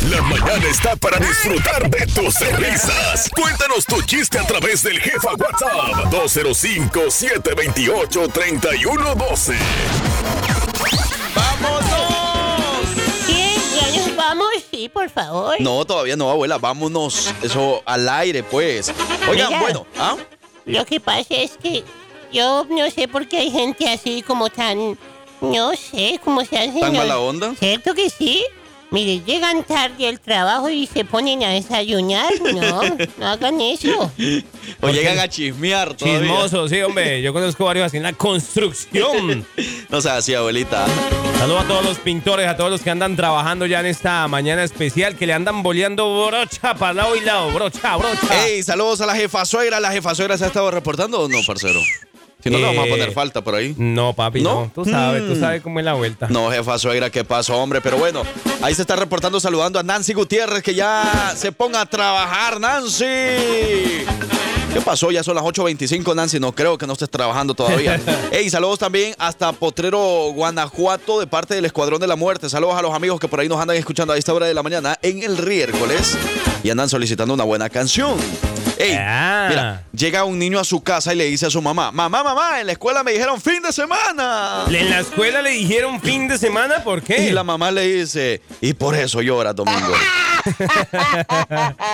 La mañana está para disfrutar de tus risas. Cuéntanos tu chiste a través del jefa WhatsApp 205-728-3112. ¿Qué? ¿Ya nos vamos? Sí, por favor. No, todavía no, abuela, vámonos. Eso al aire, pues. Oigan, Oiga. bueno, ¿ah? Lo que pasa es que yo no sé por qué hay gente así como tan... No sé cómo se hace. ¿Tan mala onda? ¿Cierto que sí? Mire, llegan tarde al trabajo y se ponen a desayunar. No, no hagan eso. O llegan a chismear todavía. Chismoso, sí, hombre. Yo conozco varios así en la construcción. No sea así, abuelita. Saludos a todos los pintores, a todos los que andan trabajando ya en esta mañana especial, que le andan boleando brocha para lado y lado, brocha, brocha. Ey, saludos a la jefa suegra. ¿La jefa suegra se ha estado reportando o no, parcero? Si no, le vamos a Eh. poner falta por ahí. No, papi, no. ¿No? Tú sabes, tú Mm. sabes cómo es la vuelta. No, jefa suegra, ¿qué pasó, hombre? Pero bueno, ahí se está reportando saludando a Nancy Gutiérrez, que ya se ponga a trabajar, Nancy. ¿Qué pasó? Ya son las 8.25, Nancy. No creo que no estés trabajando todavía. Ey, saludos también hasta Potrero, Guanajuato, de parte del Escuadrón de la Muerte. Saludos a los amigos que por ahí nos andan escuchando a esta hora de la mañana en el miércoles y andan solicitando una buena canción. Ey, Ah. mira, llega un niño a su casa y le dice a su mamá, mamá, mamá, en la escuela me dijeron fin de semana. En la escuela le dijeron fin de semana, ¿por qué? Y la mamá le dice, y por eso llora Domingo.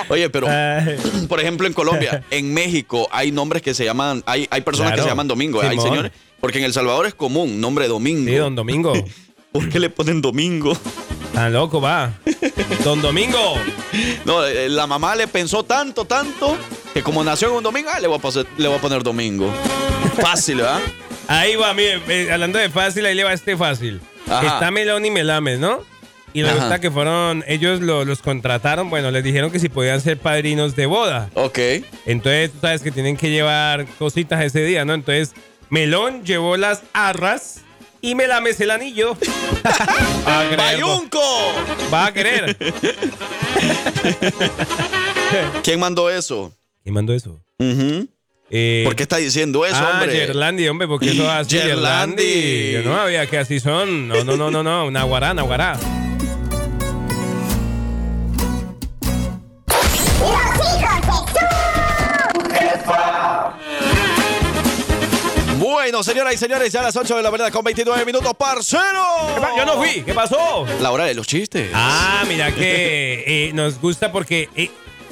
Oye, pero, Ay. por ejemplo, en Colombia, en México, hay nombres que se llaman, hay, hay personas que Claro. se llaman Domingo, ¿eh? hay Simón. señores. Porque en El Salvador es común, nombre Domingo. Sí, don Domingo. ¿Por qué le ponen Domingo? Tan loco, va. Don Domingo. No, eh, la mamá le pensó tanto, tanto, que como nació en un domingo, ah, le voy a, pos- le voy a poner Domingo. Fácil, ¿ah? ¿verdad? Ahí va, mire, eh, hablando de fácil, ahí le va este fácil. Ajá. Está Melón y Melames, ¿no? Y Ajá. resulta que fueron, ellos lo- los contrataron, bueno, les dijeron que si podían ser padrinos de boda. Ok. Entonces, tú sabes que tienen que llevar cositas ese día, ¿no? Entonces, Melón llevó las arras y Melames el anillo. Va a creer, ¡Bayunco! va a querer. ¿Quién mandó eso? ¿Quién mandó eso? Ujú. Eh, ¿Por qué está diciendo eso, ah, hombre? Yerlandi, hombre, porque eso hace Yerlandi. Yerlandi. Yo no había que así son. No, no, no, no, no. Naguará, Naguará. Bueno, señoras y señores, ya a las 8 de la mañana con 29 minutos, parcero. ¿Qué pa- Yo no fui. ¿Qué pasó? La hora de los chistes. Ah, mira que eh, nos gusta porque. Eh,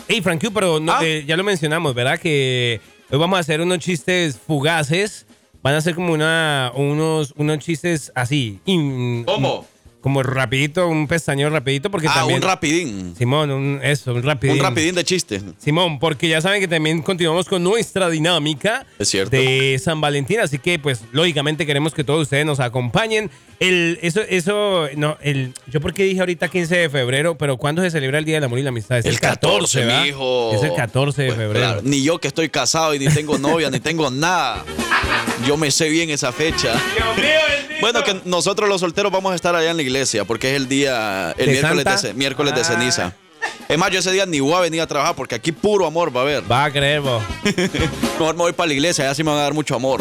hey, Frank Q, pero no, Ah. eh, ya lo mencionamos, ¿verdad? Que hoy vamos a hacer unos chistes fugaces. Van a ser como una, unos, unos chistes así. in- ¿Cómo? como rapidito, un pestañeo rapidito, porque Ah, también... un rapidín. Simón, un- eso, un rapidín. Un rapidín de chiste. Simón, porque ya saben que también continuamos con nuestra dinámica Es cierto. de San Valentín, así que pues lógicamente queremos que todos ustedes nos acompañen. El, eso, eso, no, el, yo porque dije ahorita 15 de febrero, pero ¿cuándo se celebra el Día del Amor y la Amistad? Es El 14, ¿verdad? mi hijo. Es el 14 de Pues, febrero. claro, ni yo que estoy casado y ni tengo novia, ni tengo nada. Yo me sé bien esa fecha. Bueno, que nosotros los solteros vamos a estar allá en la iglesia porque es el día, el ¿De miércoles, de, Santa? ce- miércoles de Ah. ceniza. Es más, yo ese día ni voy a venir a trabajar porque aquí puro amor va a haber. Va a creer vos. Mejor me voy para la iglesia, allá sí me van a dar mucho amor.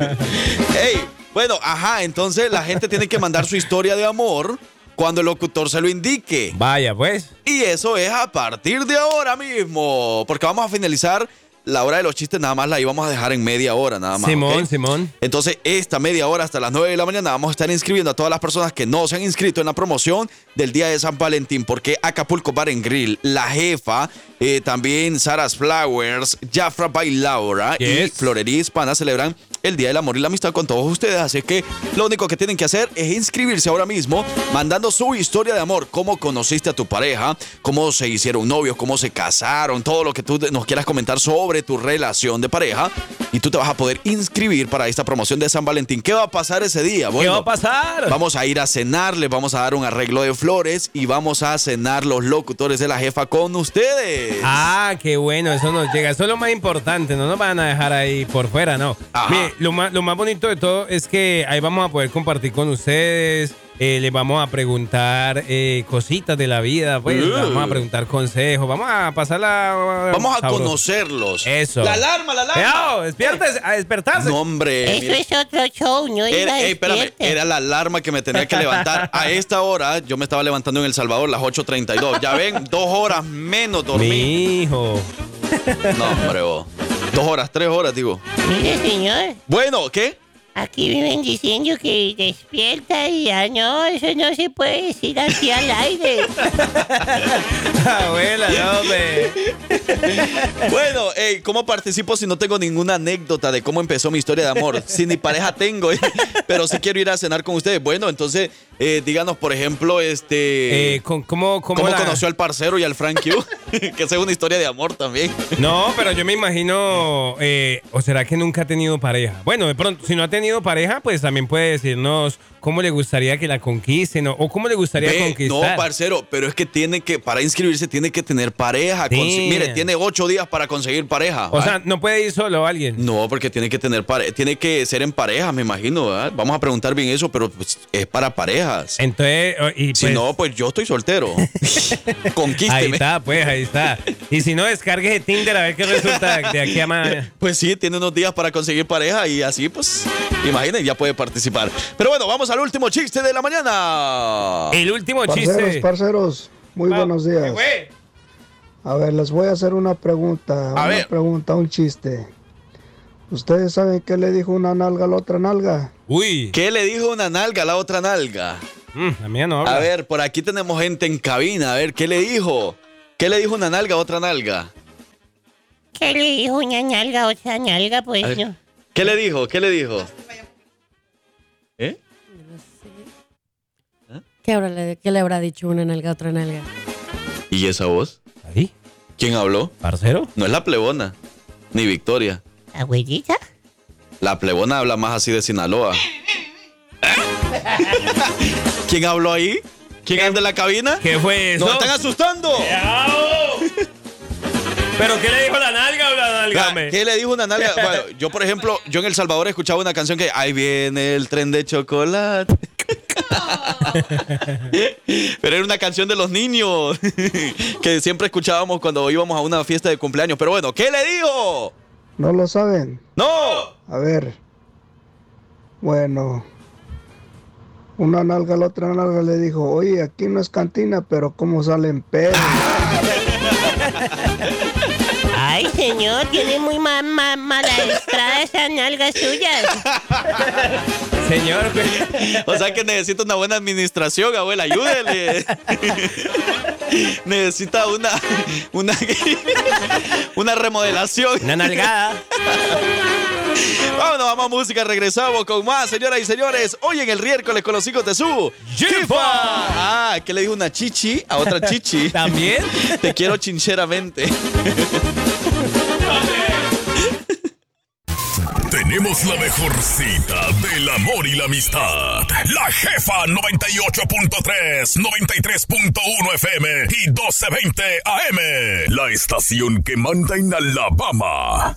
Ey, bueno, ajá, entonces la gente tiene que mandar su historia de amor cuando el locutor se lo indique. Vaya, pues. Y eso es a partir de ahora mismo. Porque vamos a finalizar la hora de los chistes, nada más la íbamos a dejar en media hora, nada más. Simón, ¿ok? Simón. Entonces, esta media hora hasta las 9 de la mañana vamos a estar inscribiendo a todas las personas que no se han inscrito en la promoción del Día de San Valentín, porque Acapulco Bar en Grill, La Jefa, eh, también Sarah's Flowers, Jafra by Laura y Yes. Florería Hispana celebran el Día del Amor y la Amistad con todos ustedes. Así que lo único que tienen que hacer es inscribirse ahora mismo mandando su historia de amor, cómo conociste a tu pareja, cómo se hicieron novios, cómo se casaron, todo lo que tú de- nos quieras comentar sobre tu relación de pareja. Y tú te vas a poder inscribir para esta promoción de San Valentín. ¿Qué va a pasar ese día? ¿Qué Bueno, va a pasar? Vamos a ir a cenar, les vamos a dar un arreglo de flores y vamos a cenar los locutores de la jefa con ustedes. Ah, qué bueno, eso nos llega. Eso es lo más importante, no nos van a dejar ahí por fuera, no. Ajá. Mire, lo más, lo más bonito de todo es que ahí vamos a poder compartir con ustedes, eh, les vamos a preguntar eh, cositas de la vida, pues, Uh. les vamos a preguntar consejos, vamos a pasarla. Vamos a sabroso. conocerlos. Eso. La alarma, la alarma. ¡Cuidado! ¡Despiértese! ¡A despertarse! No, hombre. Eso Eh, mira. es otro show, no diga Era, ey, espérame, despierte. era la alarma que me tenía que levantar. A esta hora, yo me estaba levantando en El Salvador, las 8.32. Ya ven, dos horas menos dormí. Mi hijo. No, hombre, vos. Dos horas, tres horas, digo. Mire, señor, Bueno, ¿qué? aquí viven diciendo que despierta y ya no, eso no se puede decir así al aire. Abuela, no, hombre. Bueno, ey, ¿cómo participo si no tengo ninguna anécdota de cómo empezó mi historia de amor? Si ni pareja tengo, ¿eh? pero sí quiero ir a cenar con ustedes. Bueno, entonces, eh, díganos, por ejemplo, este... Eh, con- ¿Cómo, cómo, ¿Cómo la- conoció al parcero y al Frank Q? que esa es una historia de amor también. No, pero yo me imagino, eh, o será que nunca ha tenido pareja. Bueno, de pronto, si no ha tenido pareja, pues también puede decirnos cómo le gustaría que la conquisten o, o cómo le gustaría Ve, conquistar. No, parcero, pero es que tiene que, para inscribirse tiene que tener pareja. Consi- Damn. Mire, tiene ocho días para conseguir pareja. o ¿va? sea, no puede ir solo alguien. no, porque tiene que tener pareja, tiene que ser en pareja, me imagino. ¿verdad? Vamos a preguntar bien eso, pero pues, es para parejas. Entonces, o- y pues, si no, pues yo estoy soltero. ahí Conquísteme. está, pues, ahí está. Y si no, descargue de Tinder a ver qué resulta de aquí a mañana. Pues sí, tiene unos días para conseguir pareja y así, pues, imaginen, ya puede participar. Pero bueno, vamos al último chiste de la mañana. El último Parceros, chiste. parceros, muy Va- buenos días. Güey. A ver, les voy a hacer una pregunta, una ver. pregunta, un chiste. ¿Ustedes saben qué le dijo una nalga a la otra nalga? Uy, ¿Qué le dijo una nalga a la otra nalga? Mm, la mía no habla. A ver, por aquí tenemos gente en cabina. A ver, ¿qué le dijo? ¿Qué le dijo una nalga a otra nalga? ¿Qué le dijo una nalga a otra nalga? A Pues ver. no. ¿Qué le dijo? ¿Qué le dijo? ¿Eh? ¿Qué habrá- qué le, habrá dicho una nalga a otra nalga? ¿Y esa voz? Ahí, ¿Quién habló? parcero. No es la plebona, ni Victoria. ¿Abuelita? La plebona habla más así de Sinaloa. ¿Quién habló ahí? ¿Quién anda en la cabina? ¿Qué fue eso? ¡Nos están asustando! ¡Au! ¿Pero qué le dijo la nalga o la nalga? me? ¿Qué le dijo una nalga? Bueno, yo, por ejemplo, yo en El Salvador escuchaba una canción que ahí viene el tren de chocolate. Pero era una canción de los niños que siempre escuchábamos cuando íbamos a una fiesta de cumpleaños. Pero bueno, ¿qué le dijo? ¿No lo saben? ¡No! A ver. Bueno. Una nalga a la otra nalga le dijo, oye, aquí no es cantina, pero ¿cómo salen pedos? Ah, Ay, señor, tiene muy ma ma maladestrada esa nalga suya. Señor, güey. O sea que necesita una buena administración, abuela, ayúdele. necesita una, una, una remodelación. Una nalgada. Vámonos, vamos a música, regresamos con más, señoras y señores. Hoy en el miércoles con los hijos de su Jifa. Ah, ¿qué le dijo una chichi a otra chichi? ¿También? Te quiero chincheramente. Tenemos la mejor cita del amor y la amistad. La jefa 98.3, 93.1 FM y 12.20 AM. La estación que manda en Alabama.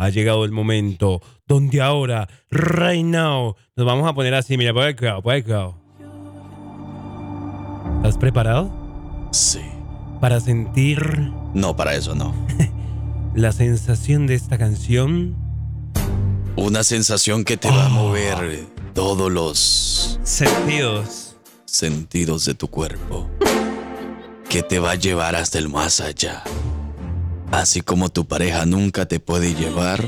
Ha llegado el momento donde ahora, right now, nos vamos a poner así. Mira, puede cuidado, puede cuidado. ¿Estás preparado? Sí. Para sentir No, para eso no. la sensación de esta canción. Una sensación que te va a mover todos los Sentidos. sentidos de tu cuerpo. Que te va a llevar hasta el más allá. Así como tu pareja nunca te puede llevar,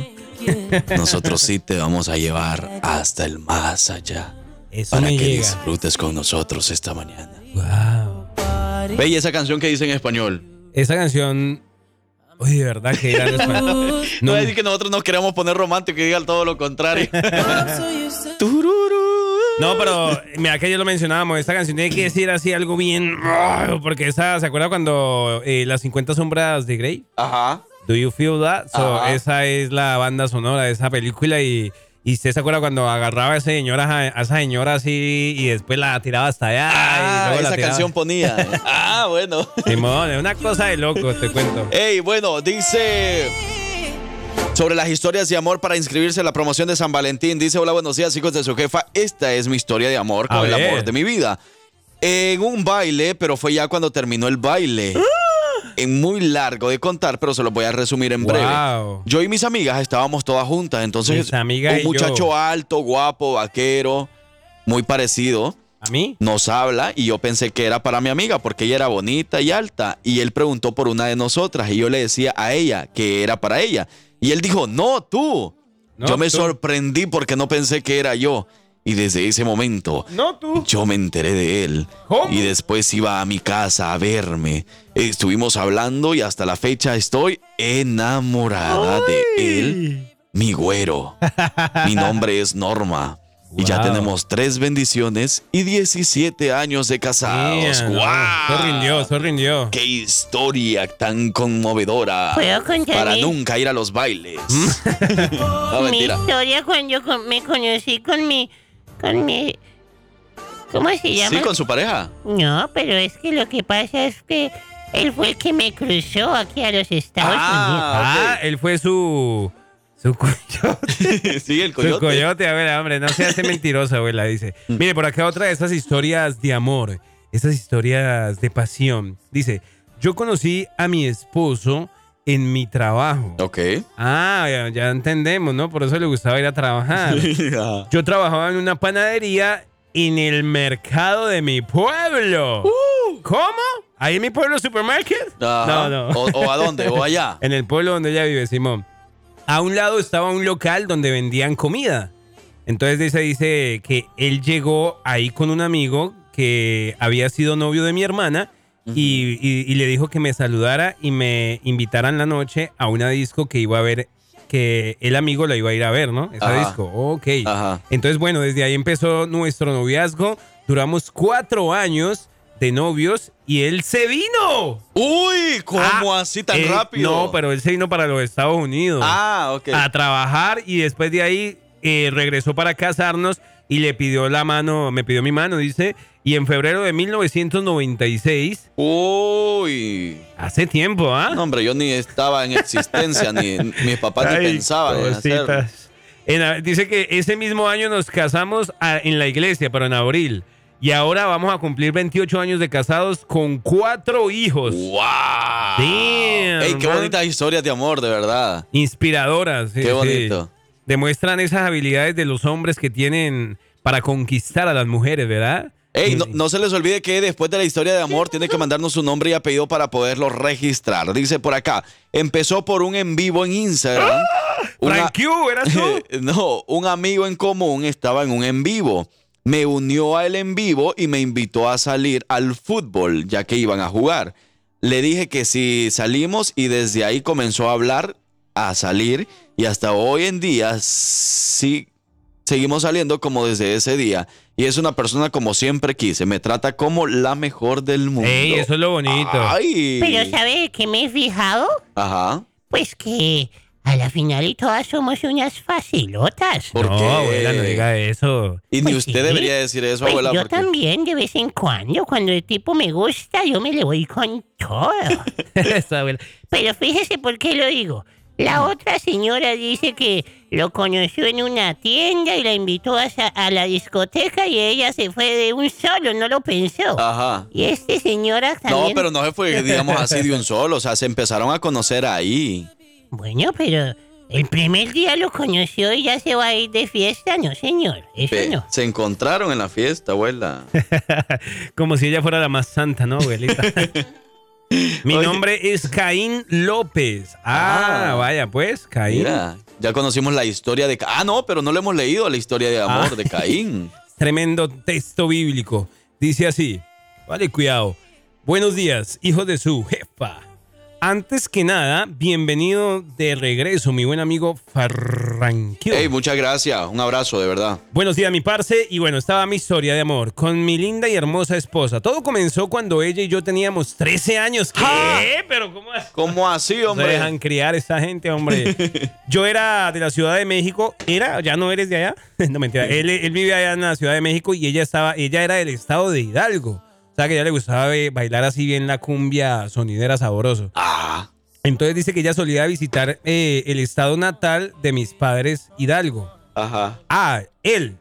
nosotros sí te vamos a llevar hasta el más allá. Eso para me que llega. disfrutes con nosotros esta mañana. Wow. Ve, y esa canción que dice en español. Esa canción. Oye, de verdad que era nuestra- No, No. es que nosotros nos queremos poner romántico y diga todo lo contrario. No, pero mira que ya lo mencionábamos, esta canción tiene que decir así algo bien. ah, Porque esa, ¿se acuerda cuando eh, las 50 sombras de Grey? Ajá. Do You Feel That? So, Ajá. esa es la banda sonora de esa película y, y usted se acuerda cuando agarraba a esa señora, a esa señora así y después la tiraba hasta allá. y Ah, luego la esa tiraba. canción ponía. ah, bueno. Simón, es una cosa de loco, te cuento. Ey, bueno, dice sobre las historias de amor para inscribirse en la promoción de San Valentín. Dice, hola, buenos días, hijos de su jefa. Esta es mi historia de amor A con el ver. amor de mi vida. En un baile, pero fue ya cuando terminó el baile. ¡Ah! En muy largo de contar, pero se lo voy a resumir en breve. Wow. Yo y mis amigas estábamos todas juntas, entonces Mis amigas y un yo. muchacho alto, guapo, vaquero, muy parecido ¿A mí? nos habla y yo pensé que era para mi amiga porque ella era bonita y alta y él preguntó por una de nosotras y yo le decía a ella que era para ella y él dijo, no, tú. No, yo me tú. sorprendí porque no pensé que era yo y desde ese momento No, tú. yo me enteré de él ¿Cómo? y después iba a mi casa a verme. Estuvimos hablando y hasta la fecha estoy enamorada de él, mi güero. Mi nombre es Norma. Y ya Wow. tenemos tres bendiciones y 17 años de casados. Yeah, no, ah, ¡Guau! Se rindió, se rindió. ¡Qué historia tan conmovedora! ¿Puedo contar Para mi- nunca ir a los bailes. ¿Mm? no, mi Ah, mentira. historia cuando yo con- me conocí con mi... Con mi... ¿Cómo se llama? Sí, con su pareja. No, pero es que lo que pasa es que él fue el que me cruzó aquí a los Estados Ah, él fue su. Su coyote. sí, el Su coyote. coyote, a ver, hombre, no seas mentirosa, abuela, dice. Mire, por acá otra de esas historias de amor, esas historias de pasión. Dice, yo conocí a mi esposo en mi trabajo. Ok. Ah, ya, ya entendemos, ¿no? Por eso le gustaba ir a trabajar. Yo trabajaba en una panadería en el mercado de mi pueblo. ¿Cómo? ¿Ahí en mi pueblo supermarket? Uh. Ajá. No, no. O, o a dónde? ¿O allá? En el pueblo donde ella vive, Simón. A un lado estaba un local donde vendían comida. Entonces dice, dice que él llegó ahí con un amigo que había sido novio de mi hermana y, y- y le dijo que me saludara y me invitaran la noche a una disco que iba a ver, que el amigo la iba a ir a ver, ¿no? Esa Ajá. disco. Ok. Ajá. Entonces, bueno, desde ahí empezó nuestro noviazgo. Duramos cuatro años de novios y él se vino. Uy, ¿cómo Ah, así tan él- rápido? No, pero él se vino para los Estados Unidos Ah, ok. a trabajar y después de ahí eh, regresó para casarnos y le pidió la mano, me pidió mi mano, dice, y en febrero de 1996, Uy. hace tiempo, ¿ah? No, hombre, yo ni estaba en existencia, ni mis papás ni Ay, pensaban en hacerlo. cositas. En a- dice que ese mismo año nos casamos a- en la iglesia, pero en abril. Y ahora vamos a cumplir 28 años de casados con cuatro hijos. ¡Wow! Damn, ¡Ey, qué man. bonitas historias de amor, de verdad! Inspiradoras. sí, Qué sí. bonito. Demuestran esas habilidades de los hombres que tienen para conquistar a las mujeres, ¿verdad? Eh, Ey, no, no se les olvide que después de la historia de amor tiene que mandarnos su nombre y apellido para poderlo registrar. Dice por acá, empezó por un en vivo en Instagram. ¡Ah! Una- Frank Q, ¿eras tú? no, un amigo en común estaba en un en vivo. me unió a él en vivo y me invitó a salir al fútbol, ya que iban a jugar. Le dije que si salimos y desde ahí comenzó a hablar, a salir y hasta hoy en día sí seguimos saliendo como desde ese día. Y es una persona como siempre quise, me trata como la mejor del mundo. Ey, eso es lo bonito. Ay. Pero ¿sabes que me he fijado? Ajá. Pues que a la final y todas somos unas facilotas. ¿Por no, qué? abuela, no diga eso. Y ni Pues usted sí. debería decir eso, Pues abuela. yo porque- también de vez en cuando, cuando el tipo me gusta, yo me le voy con todo. Eso, abuela. Pero fíjese por qué lo digo. Mm. La otra señora dice que lo conoció en una tienda y la invitó a, sa- a la discoteca y ella se fue de un solo, no lo pensó. Ajá. Y este señora Ah. No, también... pero no se fue, digamos así, de un solo. O sea, se empezaron a conocer ahí. Bueno, pero el primer día lo conoció y ya se va a ir de fiesta, no señor. Eso Ve, no. Se encontraron en la fiesta, abuela. Como si ella fuera la más santa, ¿no, abuelita? Mi Oye. nombre es Caín López. Ah, Ah. vaya, pues, Caín. Mira, ya conocimos la historia de... Ca- Ah, no, pero no le hemos leído la historia de amor Ah. de Caín. Tremendo texto bíblico. Dice así. Vale, cuidado. Buenos días, hijo de su jefa. Antes que nada, bienvenido de regreso, mi buen amigo Farranquio. Hey, muchas gracias. Un abrazo, de verdad. Buenos días, mi parce. Y bueno, estaba mi historia de amor con mi linda y hermosa esposa. Todo comenzó cuando ella y yo teníamos 13 años. ¿Qué? Eh, Pero ¿cómo así? ¿Cómo así, No se dejan hombre? criar esta gente, hombre. Yo era de la Ciudad de México. ¿Era? ¿Ya no eres de allá? No, mentira. Él, él vivía allá en la Ciudad de México y ella estaba, ella era del estado de Hidalgo. O sea, que ya le gustaba eh, bailar así bien la cumbia sonidera sabroso. Ah, Entonces dice que ella solía visitar eh, el estado natal de mis padres, Hidalgo. ajá. Ah, él.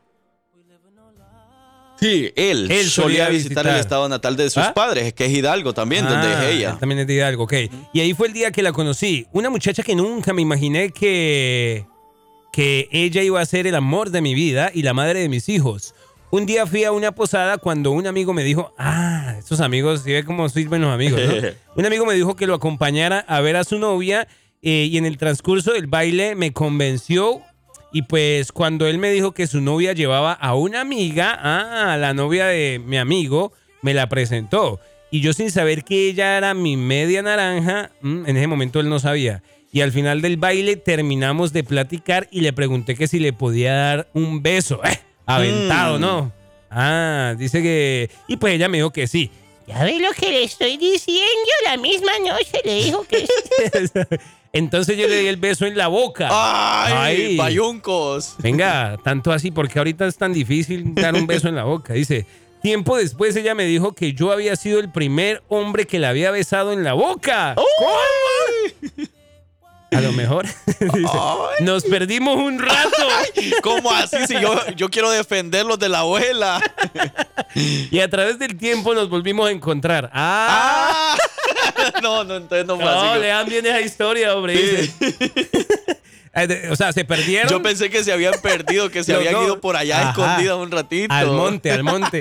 Sí, él, Él solía solía visitar, visitar. el estado natal de sus ¿Ah? padres, es que es Hidalgo también, donde Ah, es él ella. También es de Hidalgo, ok. Y ahí fue el día que la conocí. Una muchacha que nunca me imaginé que, que ella iba a ser el amor de mi vida y la madre de mis hijos. Un día fui a una posada cuando un amigo me dijo, ah, esos amigos, si ve cómo sirven los amigos, ¿no? Un amigo me dijo que lo acompañara a ver a su novia eh, y en el transcurso del baile me convenció y pues cuando él me dijo que su novia llevaba a una amiga, ah, la novia de mi amigo, me la presentó. Y yo sin saber que ella era mi media naranja, mm, en ese momento él no sabía. Y al final del baile terminamos de platicar y le pregunté que si le podía dar un beso. Eh, aventado, Mm. ¿no? Ah, dice que... Y pues ella me dijo que sí. Ya ve lo que le estoy diciendo, la misma noche le dijo que Entonces yo le di el beso en la boca. ¡Ay, Ay. payuncos! Venga, tanto así, porque ahorita es tan difícil dar un beso en la boca. Dice, tiempo después ella me dijo que yo había sido el primer hombre que la había besado en la boca. A lo mejor. Dice, nos perdimos un rato. ¿Cómo así? Si yo, yo quiero defenderlos de la abuela. Y a través del tiempo nos volvimos a encontrar. Ah, Ah. No, no, entonces no fue no, así. le dan bien esa historia, hombre. dice. Eh, de- O sea, se perdieron. Yo pensé que se habían perdido, que se Los habían dos. ido por allá Ajá. escondidas un ratito. Ah, Al monte, al monte.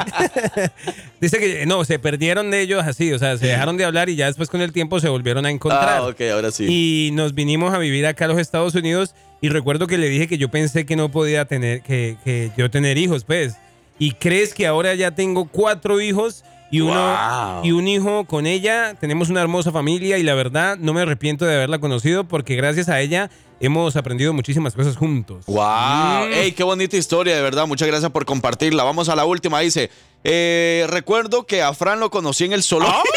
Dice que no, se perdieron de ellos así, o sea, se dejaron de hablar y ya después con el tiempo se volvieron a encontrar. Ah, ok, ahora sí. Y nos vinimos a vivir acá a los Estados Unidos y recuerdo que le dije que yo pensé que no podía tener, que, que yo tener hijos, pues. Y crees que ahora ya tengo cuatro hijos y uno Wow. y un hijo con ella. Tenemos una hermosa familia y la verdad no me arrepiento de haberla conocido porque gracias a ella hemos aprendido muchísimas cosas juntos. Wow, Mm. ey, qué bonita historia, de verdad. Muchas gracias por compartirla. Vamos a la última. Dice, eh, recuerdo que a Fran lo conocí en el Ah. zoológico.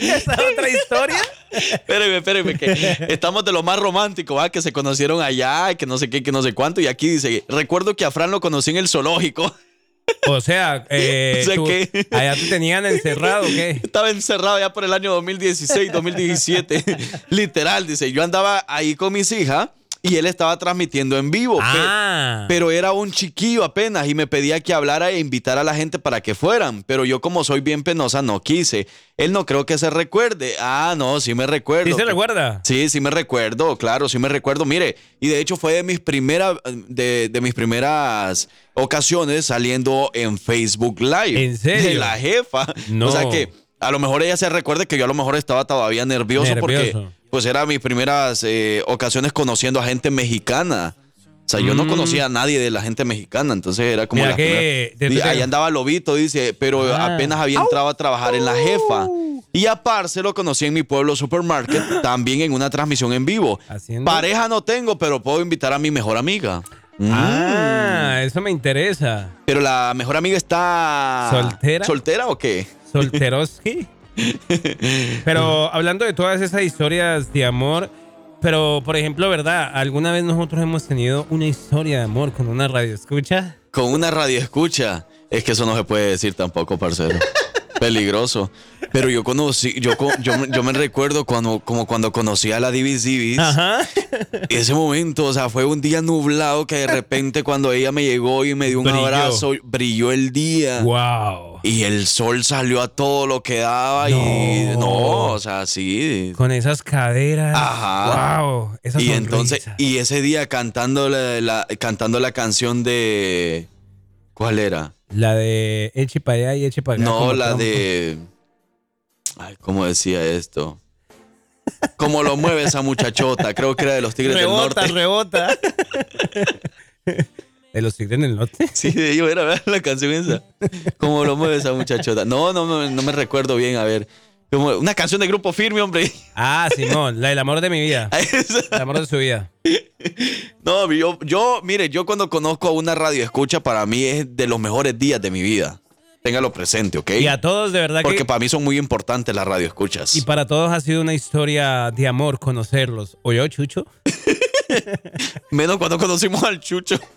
¿Esa es otra historia? espérenme, espérenme, que estamos de lo más romántico, ¿va? Que se conocieron allá, y que no sé qué, que no sé cuánto. Y aquí dice, recuerdo que a Fran lo conocí en el zoológico. O sea, eh, O sea tú- que- allá te tenían encerrado, ¿o ¿qué? Estaba encerrado ya por el año 2016, 2017. Literal, dice, yo andaba ahí con mis hijas y él estaba transmitiendo en vivo. pe- Ah, Pero era un chiquillo apenas y me pedía que hablara e invitara a la gente para que fueran. Pero yo como soy bien penosa no quise. Él no creo que se recuerde. Ah, no, sí me recuerdo. ¿sí se recuerda? Sí, sí me recuerdo, claro, sí me recuerdo. Mire, y de hecho fue de mis primeras, de, de mis primeras ocasiones saliendo en Facebook Live. ¿En serio? De la jefa. No. O sea que a lo mejor ella se recuerde que yo a lo mejor estaba todavía nervioso, Nervioso. porque pues era mis primeras eh, ocasiones conociendo a gente mexicana. O sea, yo no Mm. conocía a nadie de la gente mexicana, entonces era como Mira la que- primera- te- Y te- te- ahí andaba Lobito, dice, pero Ah. apenas había entrado a trabajar en la jefa. Y a Parce lo conocí en mi pueblo supermarket, también en una transmisión en vivo. Pareja no tengo, pero puedo invitar a mi mejor amiga. Mm. Ah, eso me interesa. Pero la mejor amiga está... ¿Soltera? ¿Soltera o qué? Solteroski. Pero hablando de todas esas historias de amor, pero por ejemplo, ¿verdad? ¿Alguna vez nosotros hemos tenido una historia de amor con una radio escucha? Con una radio escucha. Es que eso no se puede decir tampoco, parcero. Peligroso. Pero yo conocí, yo, co- yo, me- yo me recuerdo cuando, como cuando conocí a la Divis Divis. Ese momento, o sea, fue un día nublado que de repente cuando ella me llegó y me dio un Brilló. abrazo, brilló el día. Wow. Y el sol salió a todo lo que daba y no, o sea, sí. Con esas caderas. Ajá. Wow. Esa y sonrisa. entonces, y ese día cantando la, la- cantando la canción de. ¿Cuál era? La de eche para allá y eche para acá. No, como la trompo. de. Ay, ¿cómo decía esto? ¿Cómo lo mueve esa muchachota? Creo que era de los Tigres Rebota, del Norte. rebota. ¿De los Tigres del Norte? Sí, de ellos era ¿verdad? la canción esa. ¿Cómo lo mueve esa muchachota? No, no, me- no me recuerdo bien, a ver. Como una canción de grupo firme, hombre. Ah, Simón, la del amor de mi vida. El amor de su vida. No, yo, yo, mire, yo cuando conozco a una radio escucha, para mí es de los mejores días de mi vida. Téngalo presente, ¿ok? Y a todos, de verdad Porque que. para mí son muy importantes las radio escuchas. Y para todos ha sido una historia de amor conocerlos. ¿O yo, Chucho? Menos cuando conocimos al Chucho.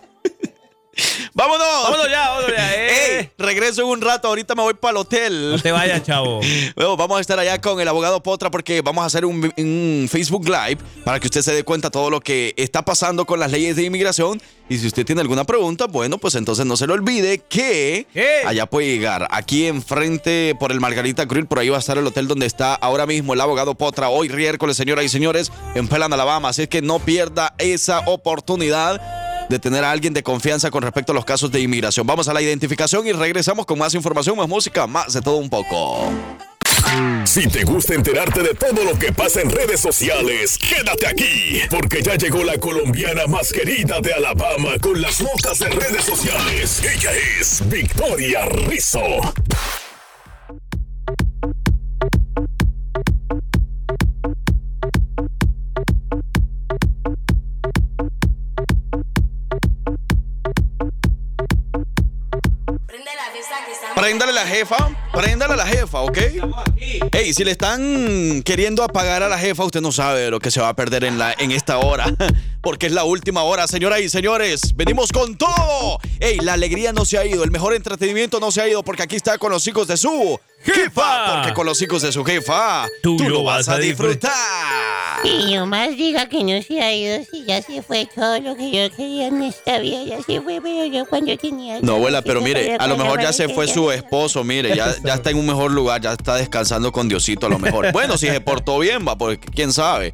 ¡Vámonos! Vámonos ya, vámonos ya, eh. Ey, regreso en un rato, ahorita me voy para el hotel. No te vayas, chavo. Bueno, vamos a estar allá con el abogado Potra porque vamos a hacer un, un Facebook Live para que usted se dé cuenta todo lo que está pasando con las leyes de inmigración. Y si usted tiene alguna pregunta, bueno, pues entonces no se le olvide que allá puede llegar. Aquí enfrente por el Margarita Grill, por ahí va a estar el hotel donde está ahora mismo el abogado Potra. Hoy miércoles, señoras y señores, en Pelan, Alabama. Así es que no pierda esa oportunidad de tener a alguien de confianza con respecto a los casos de inmigración. Vamos a la identificación y regresamos con más información, más música, más de todo un poco. Si te gusta enterarte de todo lo que pasa en redes sociales, quédate aquí, porque ya llegó la colombiana más querida de Alabama con las notas de redes sociales. Ella es Victoria Rizzo. Préndale la jefa, préndale a la jefa, ¿ok? Ey, si le están queriendo apagar a la jefa, usted no sabe lo que se va a perder en, la, en esta hora, porque es la última hora, señoras y señores. Venimos con todo. Ey, la alegría no se ha ido, el mejor entretenimiento no se ha ido, porque aquí está con los hijos de su jefa, porque con los hijos de su jefa, tú, lo vas a disfrutar. Y yo más diga que no se ha ido, si ya se fue todo lo que yo quería en esta vida, ya se fue, pero yo cuando tenía... No, abuela, pero Sí, mire, a lo cuando mejor ya se quería- fue su esposo, mire, ya, ya está en un mejor lugar, ya está descansando con Diosito a lo mejor. Bueno, si se portó bien, va, porque quién sabe.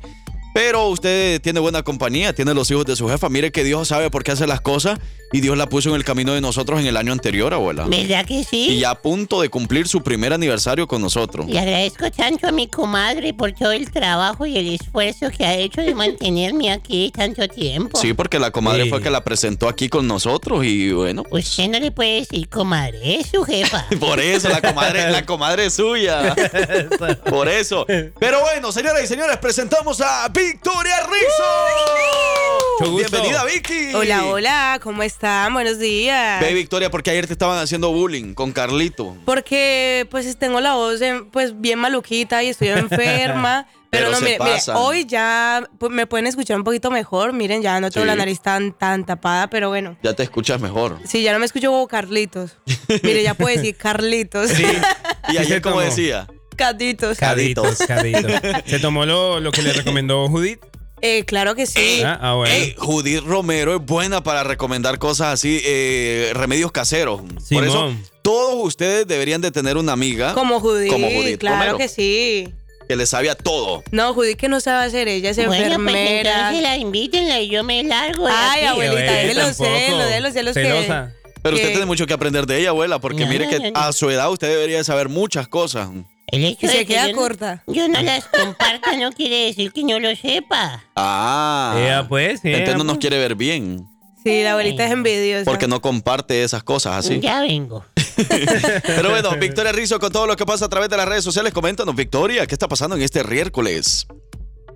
Pero usted tiene buena compañía, tiene los hijos de su jefa, mire que Dios sabe por qué hace las cosas y Dios la puso en el camino de nosotros en el año anterior, abuela. ¿Verdad que sí? Y ya a punto de cumplir su primer aniversario con nosotros. Le agradezco tanto a mi comadre por todo el trabajo y el esfuerzo que ha hecho de mantenerme aquí tanto tiempo. Sí, porque la comadre fue que la presentó aquí con nosotros y bueno, pues Usted no le puede decir comadre, es su jefa. Por eso, la comadre, la comadre es suya. Por eso. Pero bueno, señoras y señores, presentamos a Victoria Rizzo. Bienvenida, Vicky. Hola, hola, ¿cómo están? Buenos días. Ve, Victoria, porque ayer te estaban haciendo bullying con Carlito. Porque pues tengo la voz eh, pues bien maluquita y estoy enferma. Pero, Pero no, se mire, mire, pasan. hoy ya pues, me pueden escuchar un poquito mejor. Miren, ya no tengo Sí. la nariz tan, tan tapada, pero bueno. Ya te escuchas mejor. Sí, ya no me escucho como Carlitos. Mire, ya puedo decir Carlitos. Y ayer, como tomó. decía, Caditos. Caditos, caditos. ¿Se tomó lo, lo que le recomendó Judith? Eh, claro que sí. Ah, ah, bueno. "Ey, eh, Judith Romero es buena para recomendar cosas así, eh, remedios caseros. Por eso, Simón. todos ustedes deberían de tener una amiga Como Judith, como Judith claro Romero, que sí. que le sabe a todo. No, Judith que no sabe hacer, ella es Bueno, pues, enfermera. entonces la invítenla y yo me largo. de Ay, aquí. abuelita, Pero de ella los tampoco celos, de los celos que... celosa. Pero usted que- tiene mucho que aprender de ella, abuela, porque No, mire que no, no. a su edad usted debería saber muchas cosas. El hecho Y se de que queda yo no- corta. yo no las comparta no quiere decir que no lo sepa. Ah. Ella, pues, Entonces ella, no nos pues. quiere ver bien. Sí, la abuelita es envidiosa. Porque no comparte esas cosas así. Ya vengo. Pero bueno, Victoria Rizzo con todo lo que pasa a través de las redes sociales. Coméntanos, Victoria, ¿qué está pasando en este miércoles?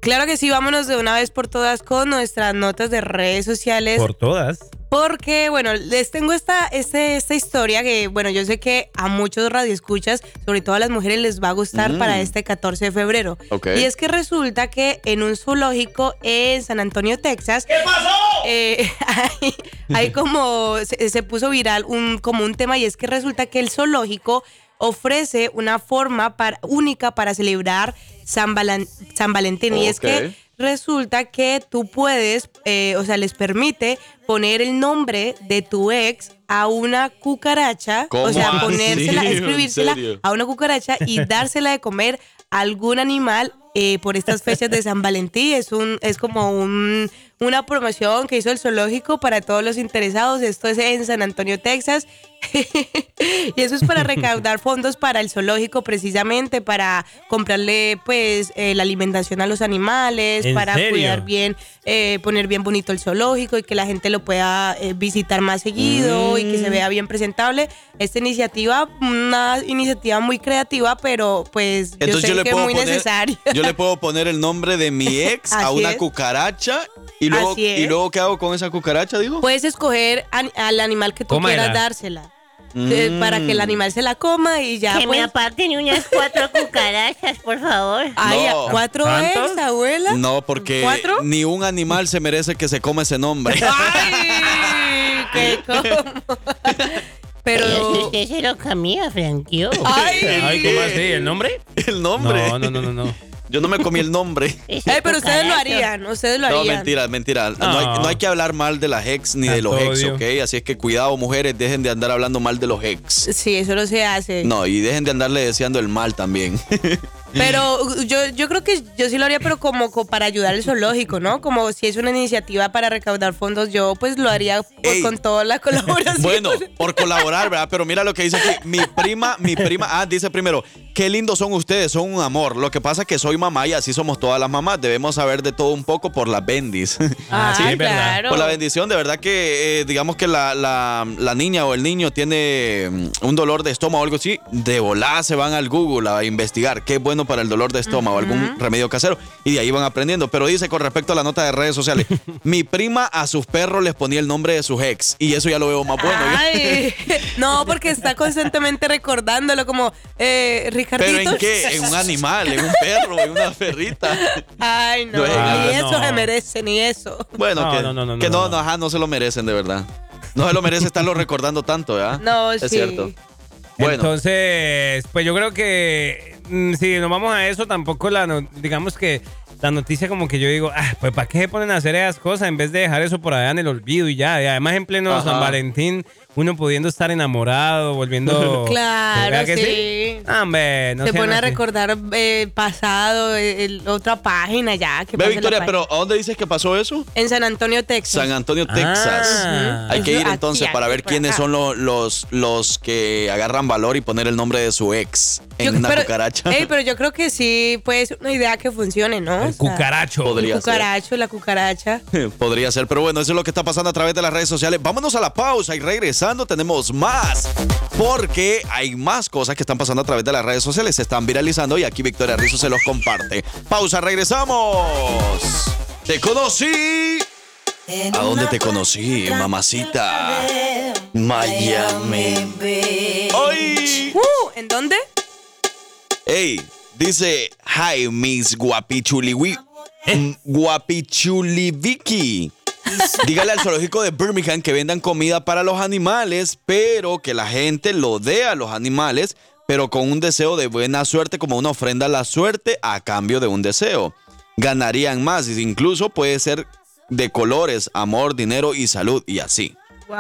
Claro que sí, vámonos de una vez por todas con nuestras notas de redes sociales. Por todas. Porque, bueno, les tengo esta, este- esta historia que, bueno, yo sé que a muchos radioescuchas, sobre todo a las mujeres, les va a gustar Mm. para este 14 de febrero. Ok. Y es que resulta que en un zoológico en San Antonio, Texas. ¿Qué pasó? hay, hay como. Se, se puso viral un, como un tema y es que resulta que el zoológico ofrece una forma para- única para celebrar San, Valan- San Valentín. Y es que Ok. resulta que tú puedes, eh, o sea, les permite poner el nombre de tu ex a una cucaracha, o ¿Cómo sea, así? ponérsela, ¿En escribírsela serio? a una cucaracha y dársela de comer a algún animal eh, por estas fechas de San Valentín. Es un, es como un- una promoción que hizo el zoológico para todos los interesados. Esto es en San Antonio, Texas. y eso es para recaudar fondos para el zoológico, precisamente para comprarle, pues, eh, la alimentación a los animales, ¿En para serio? cuidar bien, eh, poner bien bonito el zoológico y que la gente lo pueda eh, visitar más seguido y que se vea bien presentable. Esta iniciativa, una iniciativa muy creativa, pero pues yo sé que es muy necesaria. yo le puedo poner el nombre de mi ex a Así una es. cucaracha y luego, Así es. y luego ¿qué hago con esa cucaracha, digo? Puedes escoger an- al animal que tú Cómela. quieras dársela. eh, Mm. Para que el animal se la coma y ya. pues. Que me aparten unas cuatro cucarachas, por favor. Ay, ¿a No. cuatro ¿Tantas? ex, abuela. No, porque ¿Cuatro? ni un animal se merece que se coma ese nombre. Ay, qué como. Pero. si usted se lo camía, franqueó. Ah, Ay, ¿cómo así? ¿El nombre? El nombre. No, no, no, no. no. Yo no me comí el nombre. Ay, pero ustedes lo harían, ustedes lo No, harían. mentira, mentira. No. hay, no hay que hablar mal de las ex ni de los Tanto ex, odio. ¿ok? Así es que cuidado, mujeres, dejen de andar hablando mal de los ex. Sí, eso no se hace. No, y dejen de andarle deseando el mal también. Pero yo, yo creo que yo sí lo haría, pero como co- para ayudar al zoológico, ¿no? Como si es una iniciativa para recaudar fondos, yo pues lo haría pues, con toda la colaboración. Bueno, por colaborar, ¿verdad? Pero mira lo que dice aquí. Mi prima, mi prima, ah, dice primero, qué lindos son ustedes, son un amor. Lo que pasa es que soy mamá y así somos todas las mamás. Debemos saber de todo un poco por las bendis. Ah, sí, es verdad. claro. Por Pues la bendición, de verdad que eh, digamos que la, la- la niña o el niño tiene mm, un dolor de estómago o algo así, de volada se van al Google a investigar qué es bueno para el dolor de estómago, algún remedio casero. Y de ahí van aprendiendo. Pero dice con respecto a la nota de redes sociales, mi prima a sus perros les ponía el nombre de sus ex. Y eso ya lo veo más bueno. Ay, no, porque está constantemente recordándolo como eh, Ricardito. ¿Pero en qué? En un animal, en un perro, en una perrita. Ay, no, No, ni ah, eso no. se merece, ni eso. Bueno, No, que, no, no, no, que no, no, no, ajá, no se lo merecen, de verdad. No se lo merece estarlo recordando tanto, ¿verdad? No, es sí. cierto. Bueno. Entonces, pues yo creo que mm, si nos vamos a eso, tampoco la, no- digamos que la noticia como que yo digo, ah, pues ¿para qué se ponen a hacer esas cosas en vez de dejar eso por allá en el olvido y ya? Y además en pleno Ajá. San Valentín, uno pudiendo estar enamorado, volviendo... Claro, ¿Verdad que Ah, sí. Hombre, no se sean pone a así. recordar eh, pasado, eh, el- otra página ya. Que Ve, pase la Victoria, página. pero ¿a dónde dices que pasó eso? En San Antonio, Texas. San Antonio, Texas. Hay que ir Ah. Aquí, entonces para aquí, ver por quiénes acá. son lo- los, los que agarran valor y poner el nombre de su ex en una pero, cucaracha. Ey, pero yo creo que sí puede ser una idea que funcione, ¿no? O sea, cucaracho. Podría el cucaracho, la cucaracha. Podría ser, pero bueno, eso es lo que está pasando a través de las redes sociales. Vámonos a la pausa y regresando tenemos más, porque hay más cosas que están pasando a través de las redes sociales, se están viralizando y aquí Victoria Rizzo se los comparte. Pausa, regresamos. Te conocí. ¿A dónde te conocí, mamacita? Miami. ¡Ay! Uh, ¿En dónde? Ey, dice, hi, Miss Guapichuliwi. mm, Guapichuliviki. Dígale al zoológico de Birmingham que vendan comida para los animales, pero que la gente lo dé a los animales, pero con un deseo de buena suerte, como una ofrenda a la suerte a cambio de un deseo. Ganarían más, y incluso puede ser de colores, amor, dinero y salud, y así. ¡Wow!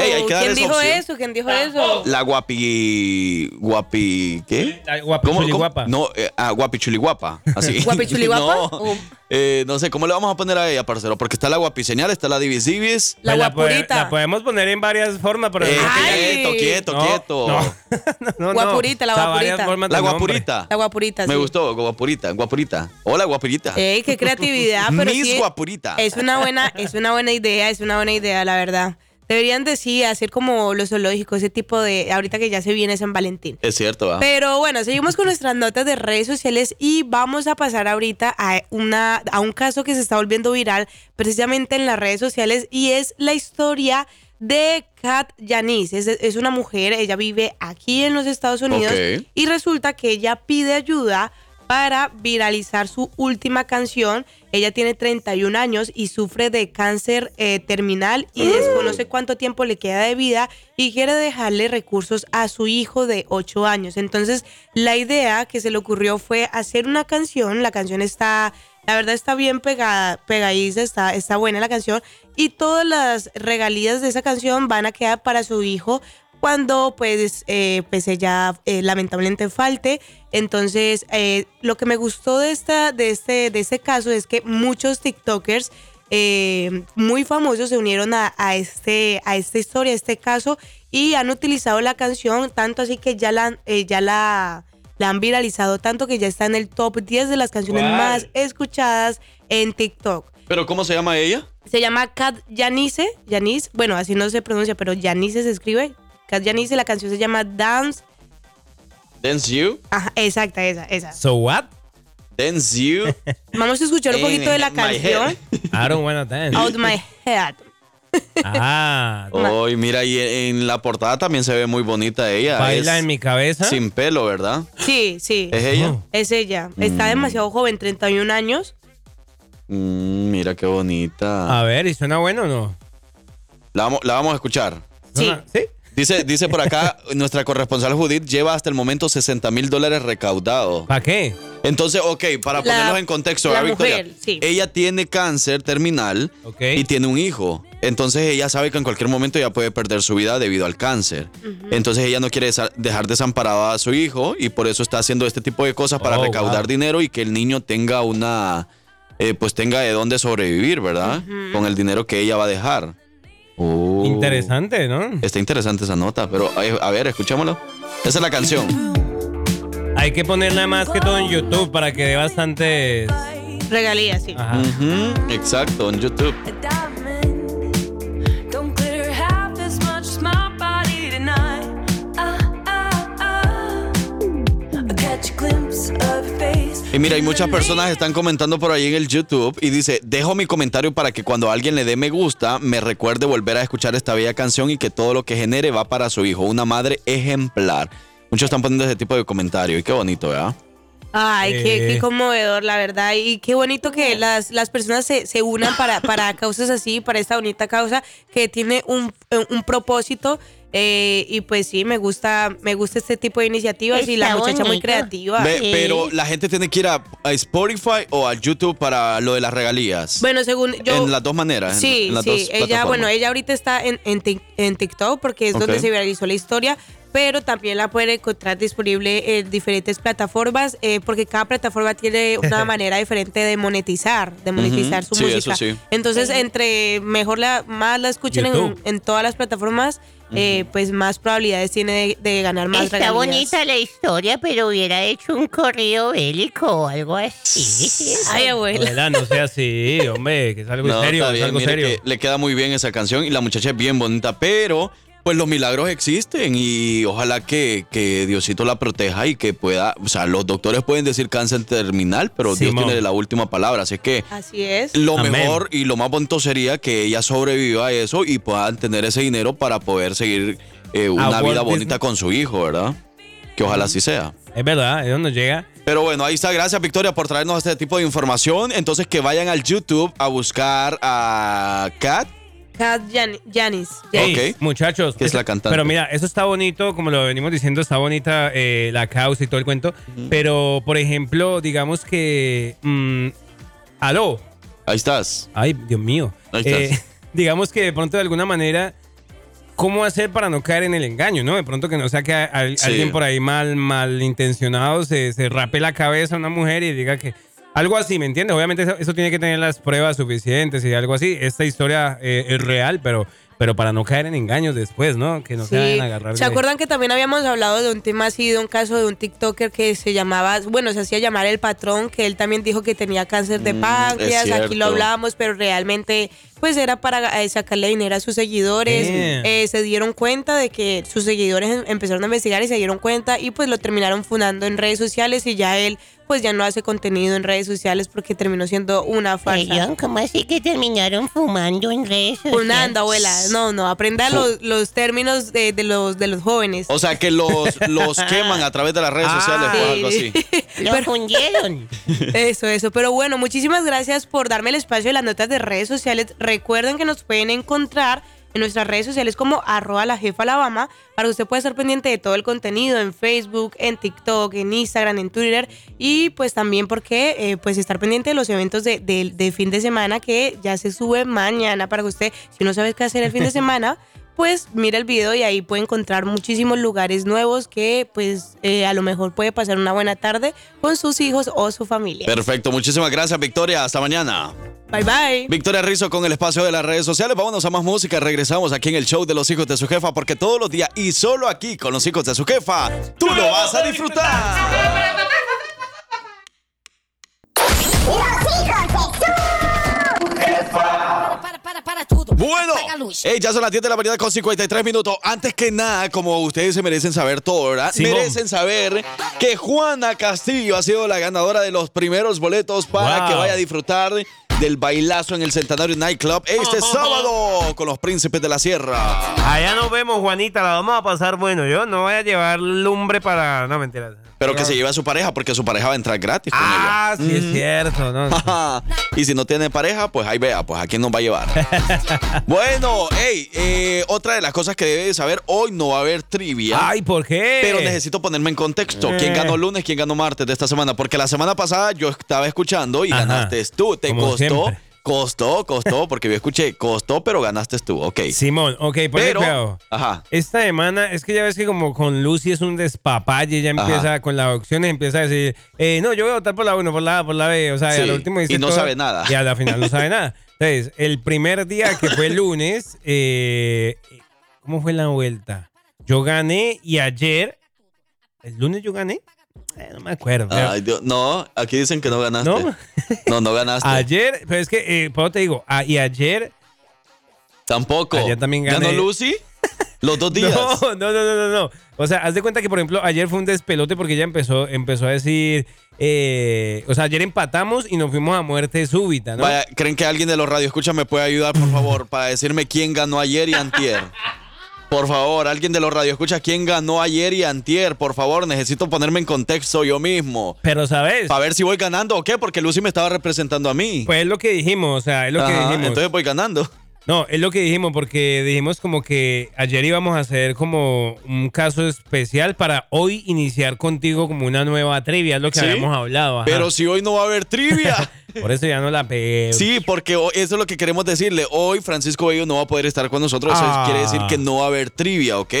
Ey, hay que darle ¿Quién esa dijo opción. eso? ¿Quién dijo eso? La guapi. guapi. ¿Qué? guapichuliguapa. No, eh, ah, guapichuliguapa. Así. ¿Guapichuliguapa? No. ¿O Eh, no sé, ¿cómo le vamos a poner a ella, parcero? Porque está la guapiseñal, está la divisivis. Pues la, pode- la podemos poner en varias formas, pero. Quieto, Eh, quieto, No, quieto. no, no. Guapurita, la O sea, varias guapurita. formas de La nombre. guapurita. La guapurita, Me sí. gustó, guapurita, guapurita. Hola, guapurita. Ey, qué creatividad, Eh, ah, pero Miss sí, guapurita. Es una buena, es una buena idea, es una buena idea, la verdad. Deberían de sí hacer como los zoológicos, ese tipo de, ahorita que ya se viene San Valentín. Es cierto, va. Pero bueno, seguimos con nuestras notas de redes sociales y vamos a pasar ahorita a, una, a un caso que se está volviendo viral precisamente en las redes sociales y es la historia de Kat Janice. Es, es una mujer, ella vive aquí en los Estados Unidos Ok. y resulta que ella pide ayuda para viralizar su última canción. Ella tiene 31 años y sufre de cáncer eh, terminal y desconoce cuánto tiempo le queda de vida y quiere dejarle recursos a su hijo de 8 años. Entonces, la idea que se le ocurrió fue hacer una canción. La canción está, la verdad está bien pegada, pegadiza, está, está buena la canción y todas las regalías de esa canción van a quedar para su hijo cuando pues, eh, pues ella eh, lamentablemente falte. Entonces, eh, lo que me gustó de, esta, de, este, de este caso es que muchos TikTokers eh, muy famosos se unieron a, a este, a esta historia, a este caso, y han utilizado la canción, tanto así que ya la, eh, ya la, la han viralizado tanto que ya está en el top 10 de las canciones ¿Cuál? más escuchadas en TikTok. ¿Pero cómo se llama ella? Se llama Kat Janice, Janice, bueno, así no se pronuncia, pero Janice se escribe. Kat Janice, la canción se llama Dance. Dance You. Ajá, exacta, esa, esa. So what? Dance You. Vamos a escuchar un In poquito de la my canción. I don't wanna dance. Out my head. Ah. Hoy, mira, y en la portada también se ve muy bonita ella. Baila Es en mi cabeza. Oh. Sin pelo, ¿verdad? Sí, sí. ¿Es ella? Es ella. Está demasiado joven, 31 años. Mm, mira qué bonita. Ah. A ver, ¿y suena bueno o no? La vamos, la vamos a escuchar. Sí. Dice, dice por acá, nuestra corresponsal Judith lleva hasta el momento 60 mil dólares recaudados. ¿Para qué? Entonces, ok, para La- ponerlos en contexto, la ¿verdad, Victoria, mujer, sí. ella tiene cáncer terminal y tiene un hijo. Entonces ella sabe que en cualquier momento ella puede perder su vida debido al cáncer. Ujú. Entonces ella no quiere desa- dejar desamparado a su hijo y por eso está haciendo este tipo de cosas para Oh, recaudar wow. dinero y que el niño tenga una, eh, pues tenga de dónde sobrevivir, ¿verdad? Ujú. Con el dinero que ella va a dejar. Oh. Interesante, ¿no? Está interesante esa nota, pero eh, a ver, escuchémoslo. Esa es la canción. Hay que ponerla más que todo en YouTube para que dé bastante. Regalía, sí. Ujú, exacto, en YouTube. Don't glitter half as much as my body tonight. Ah, ah, ah. I catch a glimpse of your face. Y mira, hay muchas personas están comentando por ahí en el YouTube y dice, dejo mi comentario para que cuando alguien le dé me gusta, me recuerde volver a escuchar esta bella canción y que todo lo que genere va para su hijo, una madre ejemplar. Muchos están poniendo ese tipo de comentario y qué bonito, ¿verdad? Ay, qué, Eh. qué conmovedor, la verdad. Y qué bonito que las, las personas se, se unan para, para causas así, para esta bonita causa que tiene un, un propósito. eh, y pues sí, me gusta, me gusta este tipo de iniciativas y la Está muchacha muy bonito. creativa. Ve, Pero la gente tiene que ir a, a Spotify o a YouTube para lo de las regalías. Bueno, según yo... en las dos maneras. en- Sí, en las dos sí. Ella, plataformas. bueno, ella ahorita está en, en, Tik- en TikTok porque es donde Ok. se viralizó la historia, pero también la puede encontrar disponible en diferentes plataformas eh, porque cada plataforma tiene una manera diferente de monetizar, de monetizar Ujú, su sí, música. eso sí. Entonces, entre mejor la más la escuchen en, YouTube. en todas las plataformas, eh, pues más probabilidades tiene de, de ganar más Está regalías. bonita la historia, pero hubiera hecho un corrido bélico o algo así. Ay, abuela. Abuela, no sea así, hombre, que es algo No, serio, está es bien, algo mire serio. que le queda muy bien esa canción y la muchacha es bien bonita, pero pues los milagros existen y ojalá que, que Diosito la proteja y que pueda, o sea, los doctores pueden decir cáncer terminal, pero Dios Simón. tiene la última palabra, así que Así es. lo mejor y lo más bonito sería que ella sobreviva a eso y puedan tener ese dinero para poder seguir eh, una A Walt vida Disney. bonita con su hijo, ¿verdad? Que ojalá así sea. Es verdad, eso nos llega. Pero bueno, ahí está. Gracias, Victoria, por traernos este tipo de información. Entonces, que vayan al YouTube a buscar a Kat. Kat Jan- Janis. Ey, Janis. muchachos. Que es la cantante. Pero mira, eso está bonito, como lo venimos diciendo, está bonita eh, la causa y todo el cuento. Pero, por ejemplo, digamos que. mm, ¡Aló! Ahí estás. Ay, Dios mío. Ahí estás. Eh, digamos que de pronto, de alguna manera. ¿Cómo hacer para no caer en el engaño, no? De pronto que no sea que a- a- Sí. alguien por ahí mal malintencionado se, se rape la cabeza a una mujer y diga que, Algo así, ¿me entiendes? Obviamente eso, eso tiene que tener las pruebas suficientes y algo así. Esta historia eh, es real, pero, pero para no caer en engaños después, ¿no? Que no se vayan a agarrar. ¿Se de- acuerdan que también habíamos hablado de un tema así, de un caso de un TikToker que se llamaba, bueno, se hacía llamar el patrón, que él también dijo que tenía cáncer de Mm, es páncreas, aquí cierto. lo hablábamos, pero realmente pues era para eh, sacarle dinero a sus seguidores. Damn. Eh, se dieron cuenta de que sus seguidores em- empezaron a investigar y se dieron cuenta y pues lo terminaron fundando en redes sociales y ya él pues ya no hace contenido en redes sociales porque terminó siendo una farsa. Perdón, ¿cómo así que terminaron fumando en redes sociales? Funando, abuela. No, no, aprenda los, los términos de, de los, de los jóvenes. O sea, que los, los queman a través de las redes sociales o algo así. Lo fundieron. Eso, eso. Pero bueno, muchísimas gracias por darme el espacio de las notas de redes sociales. Recuerden que nos pueden encontrar en nuestras redes sociales como arroba la jefa Alabama para que usted pueda estar pendiente de todo el contenido en Facebook, en TikTok, en Instagram, en Twitter y pues también porque eh, pues estar pendiente de los eventos de, de- de fin de semana que ya se sube mañana para que usted, si no sabes qué hacer el fin de semana, pues mira el video y ahí puede encontrar muchísimos lugares nuevos que pues eh, a lo mejor puede pasar una buena tarde con sus hijos o su familia. Perfecto, muchísimas gracias, Victoria. Hasta mañana. Bye bye. Victoria Rizzo con el espacio de las redes sociales. Vámonos a más música. Regresamos aquí en el show de los hijos de su jefa, porque todos los días y solo aquí con los hijos de su jefa, tú lo vas a disfrutar. Bueno, eh, ya son las 10 de la mañana con 53 minutos. Antes que nada, como ustedes se merecen saber todo, ¿verdad? Simón. Merecen saber que Juana Castillo ha sido la ganadora de los primeros boletos para Wow. que vaya a disfrutar del bailazo en el Centenario Nightclub este sábado con los Príncipes de la Sierra. Allá nos vemos, Juanita, la vamos a pasar bueno. Yo no voy a llevar lumbre para... No, mentira. Pero que se lleve a su pareja porque su pareja va a entrar gratis con Ah, ella. sí, es cierto. y si no tiene pareja, pues ahí vea, pues a quién nos va a llevar. bueno, hey, eh, otra de las cosas que debes saber, hoy no va a haber trivia. Ay, ¿por qué? Pero necesito ponerme en contexto. Eh. ¿Quién ganó lunes, quién ganó martes de esta semana? Porque la semana pasada yo estaba escuchando y Ajá. ganaste tú. Te Como costó, siempre. costó, costó, porque yo escuché, costó, pero ganaste tú. Ok. Simón, ok, ponle Pero- cuidado. Ajá. Esta semana es que ya ves que como con Lucy es un despapalle, ella Ajá. empieza con las opciones, empieza a decir, eh, no, yo voy a votar por la 1, por la A, por la B, o sea, Sí, y al último dice y no todo, sabe nada. Y a la final no sabe nada. Entonces, el primer día que fue el lunes, eh, ¿cómo fue la vuelta? Yo gané y ayer, ¿el lunes yo gané? Eh, no me acuerdo. pero- Ay, Dios, No, aquí dicen que no ganaste. No. No, no, ganaste. Ayer, pero es que, eh, Pablo, te digo, ah, y ayer... Tampoco. Ayer también gané. ¿Ganó Lucy? Los dos días. No, no, no, no, no, no. O sea, haz de cuenta que, por ejemplo, ayer fue un despelote porque ella empezó, empezó a decir. eh, o sea, ayer empatamos y nos fuimos a muerte súbita, ¿Ah, ¿no? Vaya, ¿creen que alguien de los radio escucha me puede ayudar, por favor, para decirme quién ganó ayer y antier? Por favor, alguien de los radio escucha quién ganó ayer y antier, por favor, necesito ponerme en contexto yo mismo. Pero sabes. Para ver si voy ganando o qué, porque Lucy me estaba representando a mí. Pues es lo que dijimos, o sea, es lo que Ajá, dijimos. entonces voy ganando. No, es lo que dijimos porque dijimos como que ayer íbamos a hacer como un caso especial para hoy iniciar contigo como una nueva trivia, es lo que Sí, habíamos hablado. ajá. Pero si hoy no va a haber trivia. Por eso ya no la pegué. Sí, porque hoy- eso es lo que queremos decirle. Hoy Francisco Bello no va a poder estar con nosotros. Eso Ah. quiere decir que no va a haber trivia, ¿ok?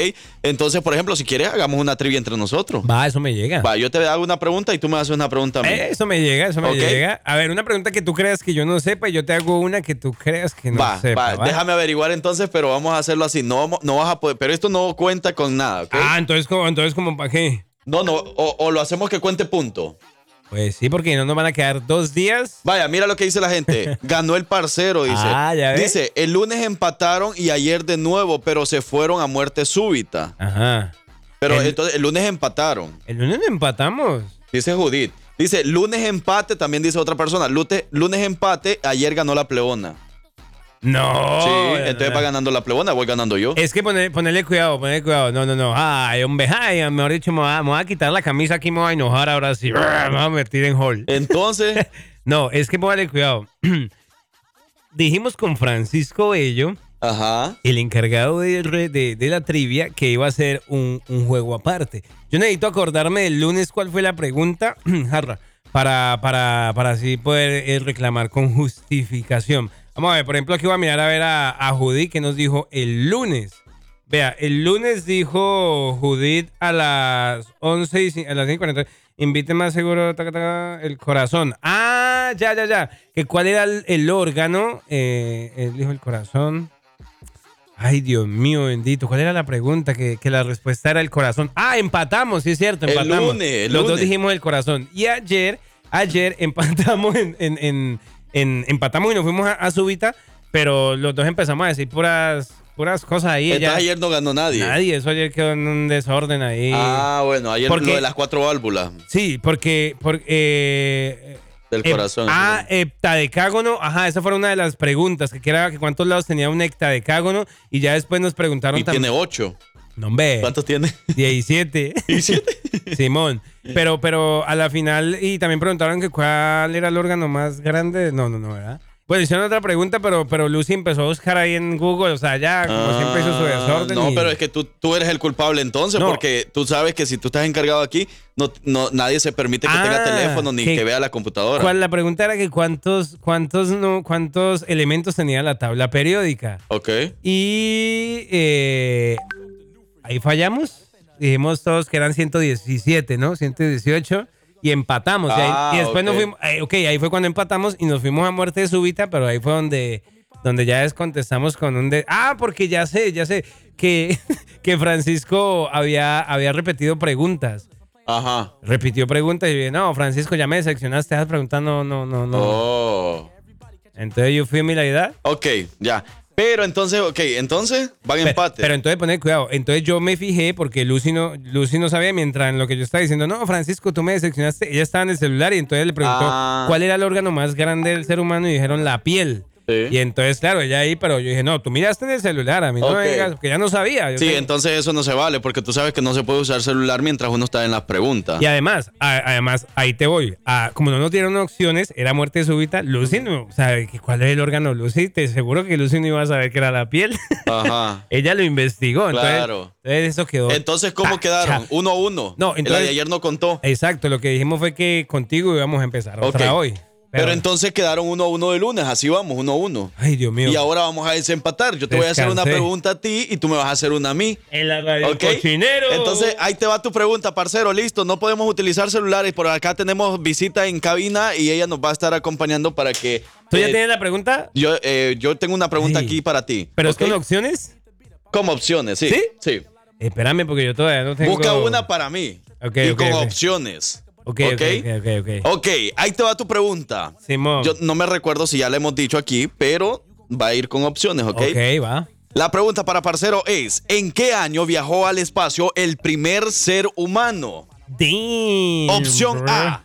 Entonces, por ejemplo, si quieres, hagamos una trivia entre nosotros. Va, eso me llega. Va, yo te hago una pregunta y tú me haces una pregunta a mí. Eh, Eso me llega, eso me Ok. llega. A ver, una pregunta que tú creas que yo no sepa y yo te hago una que tú creas que no va, sepa. va, déjame averiguar entonces, pero vamos a hacerlo así. No, vamos- no vas a poder, pero esto no cuenta con nada, ¿ok? Ah, entonces como, entonces como para qué. No, no, o, o lo hacemos que cuente punto. Pues sí, porque no nos van a quedar dos días. Vaya, mira lo que dice la gente. Ganó el parcero, dice. Ah, ya ves. Dice, el lunes empataron y ayer de nuevo, pero se fueron a muerte súbita. Ajá. Pero entonces el lunes empataron. El lunes empatamos. Dice Judith. Dice, lunes empate, también dice otra persona. Lute- lunes empate, ayer ganó la pleona. No. Sí, entonces va ganando la plebona, voy ganando yo. Es que poner, ponerle cuidado, ponerle cuidado. No, no, no. Ay, hombre, ay, mejor dicho, me voy a, me voy a quitar la camisa aquí, me voy a enojar ahora sí. Me voy a meter en hall. Eh. Entonces. no, es que ponerle cuidado. Dijimos con Francisco Bello, el encargado de, re- de- de la trivia, que iba a ser un, un juego aparte. Yo necesito acordarme del lunes cuál fue la pregunta, Jarra, para, para, para así poder eh, reclamar con justificación. Vamos a ver, por ejemplo, aquí voy a mirar a ver a, a Judith que nos dijo el lunes. Vea, el lunes dijo Judith a las 11 y cin- a las 5 y 40, Invite más seguro taca, taca, el corazón. Ah, ah, ya, ya, ya. Que ¿Cuál era el, el órgano? Eh, él dijo el corazón. Ay, Dios mío, bendito. ¿Cuál era la pregunta? Que, que la respuesta era el corazón. Ah, empatamos, sí es cierto, El empatamos. lunes, el Los dos lunes. dijimos el corazón. Y ayer, ayer empatamos en, en- en- en- empatamos y nos fuimos a, a súbita, pero los dos empezamos a decir puras, puras cosas ahí. Entonces Ella- ayer no ganó nadie. Nadie, eso ayer quedó en un desorden ahí. Ah, bueno, ayer Porque- lo de las cuatro válvulas. Sí, porque. porque eh, Del eh, corazón. Ah, heptadecágono. Ajá, esa fue una de las preguntas. Que era que cuántos lados tenía un heptadecágono. Y ya después nos preguntaron Y tiene ocho. No, hombre. ¿Cuántos tiene? 17. Simón. Pero, pero a la final. Y también preguntaron que cuál era el órgano más grande. No, no, no, ¿verdad? Bueno, hicieron otra pregunta, pero, pero Lucy empezó a buscar ahí en Google. O sea, ya, como siempre hizo su desorden. Ah, No, y- pero es que tú, tú eres el culpable entonces, No. porque tú sabes que si tú estás encargado aquí, no, no- nadie se permite que Ah, tenga teléfono ni que- que vea la computadora. ¿Cuál? la pregunta era que cuántos, cuántos, no, cuántos elementos tenía la tabla periódica. Ok. Y eh, ahí fallamos. Dijimos todos que eran 117, ¿no? 118. Y empatamos. Y ahí- Ah, y, después nos ok. fuimos. eh, ok, ahí fue cuando empatamos y nos fuimos a muerte súbita, pero ahí fue donde, donde ya descontestamos con un. De, ah, porque ya sé, ya sé. Que, que Francisco había, había repetido preguntas. Ah. Ajá. Repitió preguntas y yo dije, no, Francisco, ya me decepcionaste. Esas preguntas no, no, no, no. Oh. Entonces yo fui a mi la edad. Ok, ya. Pero entonces, ok, entonces van Pero- empate. Pero, entonces poner cuidado. Entonces yo me fijé porque Lucy no, Lucy no sabía mientras en lo que yo estaba diciendo, no, Francisco, tú me decepcionaste. Ella estaba en el celular y entonces le preguntó Ah. cuál era el órgano más grande del ser humano y dijeron la piel. Y entonces, claro, ella ahí, pero yo dije, no, tú miraste en el celular, a mí no Ok. me digas, porque ya no sabía. Yo Sí, sé- entonces eso no se vale, porque tú sabes que no se puede usar celular mientras uno está en las preguntas. Y además, a- además, ahí te voy. Ah, como no nos dieron opciones, era muerte súbita. Lucy no sabe que- cuál es el órgano. Lucy, te seguro que Lucy no iba a saber que era la piel. Ajá. Ella lo investigó. Entonces, Claro. entonces eso quedó. Entonces, ¿cómo Pa, quedaron? cha. Uno a uno. No, El entonces- de ayer no contó. Exacto, lo que dijimos fue que contigo íbamos a empezar otra Ok. hoy. Pero, Pero- entonces quedaron uno a uno de lunes, así vamos, uno a uno. Ay, Dios mío. Y ahora vamos a desempatar. Yo te voy a hacer una Descansé. pregunta a ti y tú me vas a hacer una a mí. En la radio ¿Ok? Entonces, ah, ahí te va tu pregunta, parcero. Listo, no podemos utilizar celulares. Por acá tenemos visita en cabina y ella nos va a estar acompañando para que. ¿Tú ya eh, tienes la pregunta? yo, eh, yo tengo una pregunta aquí para ti. ¿Pero ¿ok? es con opciones? Como opciones, sí. ¿Sí? Espérame, porque yo todavía no tengo. Busca una para mí. Ok, y ok, con ok. opciones. Ok, ok, ok, ok, Ok, ahí te va tu pregunta. Simón. Oh, Yo no me recuerdo si ya la hemos dicho aquí, pero va a ir con opciones, ¿ok? Ok, va. La pregunta para Parcero es, ¿en qué año viajó al espacio el primer ser humano? Opción A,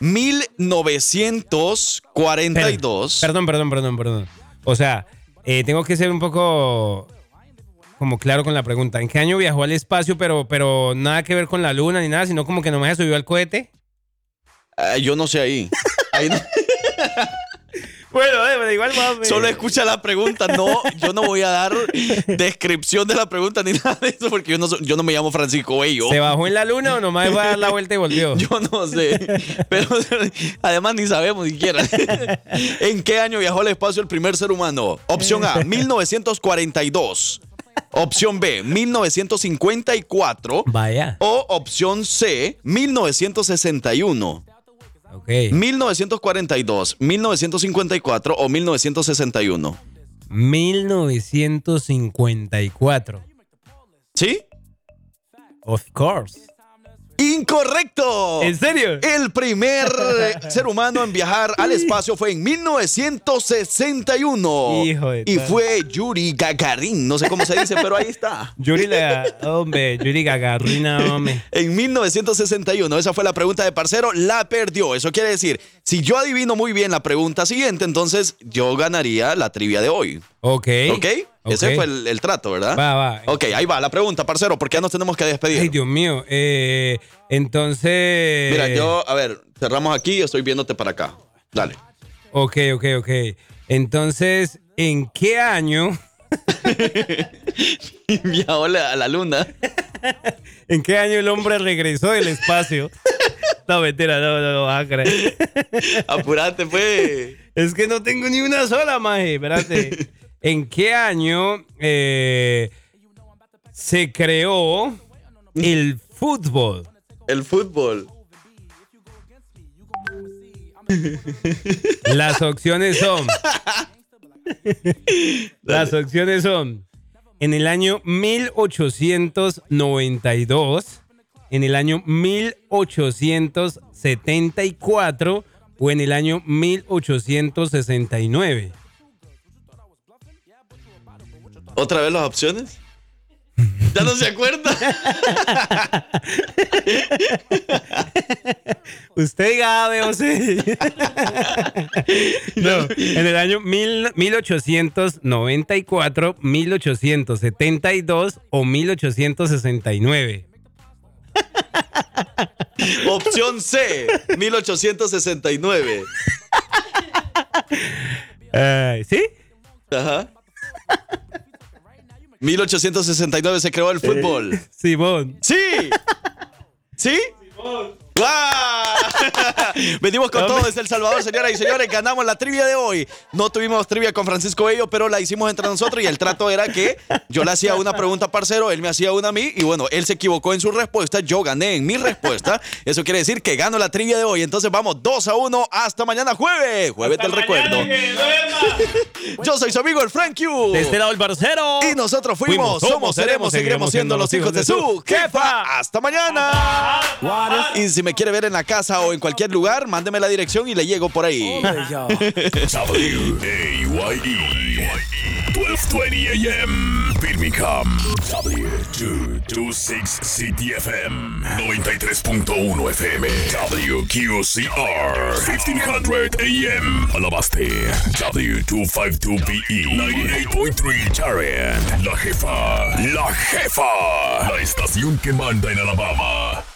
1942. Perdón, perdón, perdón, perdón. O sea, eh, tengo que ser un poco como claro con la pregunta. ¿En qué año viajó al espacio, pero, pero nada que ver con la luna ni nada, sino como que nomás se subió al cohete? Ah, yo no sé ahí. Ahí no- Bueno, eh, pero igual vamos. Solo escucha la pregunta, no, yo no voy a dar descripción de la pregunta ni nada de eso porque yo no, so- yo no me llamo Francisco Bello. ¿Se bajó en la luna o nomás fue a dar la vuelta y volvió? Yo no sé. Pero además ni sabemos siquiera. ¿En qué año viajó al espacio el primer ser humano? Opción A, 1942. Opción B, 1954. Vaya. O opción C, 1961. 1942, 1954 o 1961. 1954. ¿Sí? Of course. ¡Incorrecto! ¿En serio? El primer eh, ser humano en viajar al espacio fue en 1961. Hijo de y tal. fue Yuri Gagarin. No sé cómo se dice, pero ahí está. Yuri la. Hombre, Yuri Gagarina, hombre. En 1961, esa fue la pregunta de Parcero, la perdió. Eso quiere decir, si yo adivino muy bien la pregunta siguiente, entonces yo ganaría la trivia de hoy. Ok. ¿Ok? Ese Ok. fue el, el trato, ¿verdad? Va, va. Ok, ahí va la pregunta, Parcero, porque ya nos tenemos que despedir. Ay, Dios mío. Eh, entonces. Mira, yo, a ver, cerramos aquí, yo estoy viéndote para acá. Dale. Ok, ok, ok. Entonces, ¿en qué año? Viajó la- a la luna. ¿En qué año el hombre regresó del espacio? No, mentira, no, no, no, vas a creer. Apurate, pues. Es que no tengo ni una sola, maje. Espérate. ¿En qué año eh, se creó el fútbol? El fútbol. Las opciones son. Las opciones son. En el año 1892, en el año 1874 o en el año 1869. ¿Otra vez las opciones? ¿Ya no se acuerda? Usted diga A, B o C. No, en el año mil- 1894, 1872 o 1869. Opción C, 1869. Ay, ¿Sí? Ajá. 1869 se creó el fútbol. Simón. ¡Sí! ¿Sí? ¡Guau! Venimos con todo desde El Salvador, señoras y señores. Ganamos la trivia de hoy. No tuvimos trivia con Francisco Bello, pero la hicimos entre nosotros y el trato era que yo le hacía una pregunta a parcero, él me hacía una a mí y bueno, él se equivocó en su respuesta, yo gané en mi respuesta. Eso quiere decir que gano la trivia de hoy. Entonces vamos 2 a 1 hasta mañana jueves. Jueves del recuerdo. Yo soy su amigo el Frank Q. De este lado, el Barcero. Y nosotros fuimos, Fuimos, somos, seremos, seguiremos siendo los hijos de su jefa. Hasta mañana. Y si me quiere ver en la casa o en cualquier lugar, mándeme la dirección y le llego por ahí. W-A-Y-E 1220 AM Birmingham W226 CTFM 93.1 FM WQCR 1500 AM Alabaste W252BE 98.3 Charent La Jefa La Jefa La estación que manda en Alabama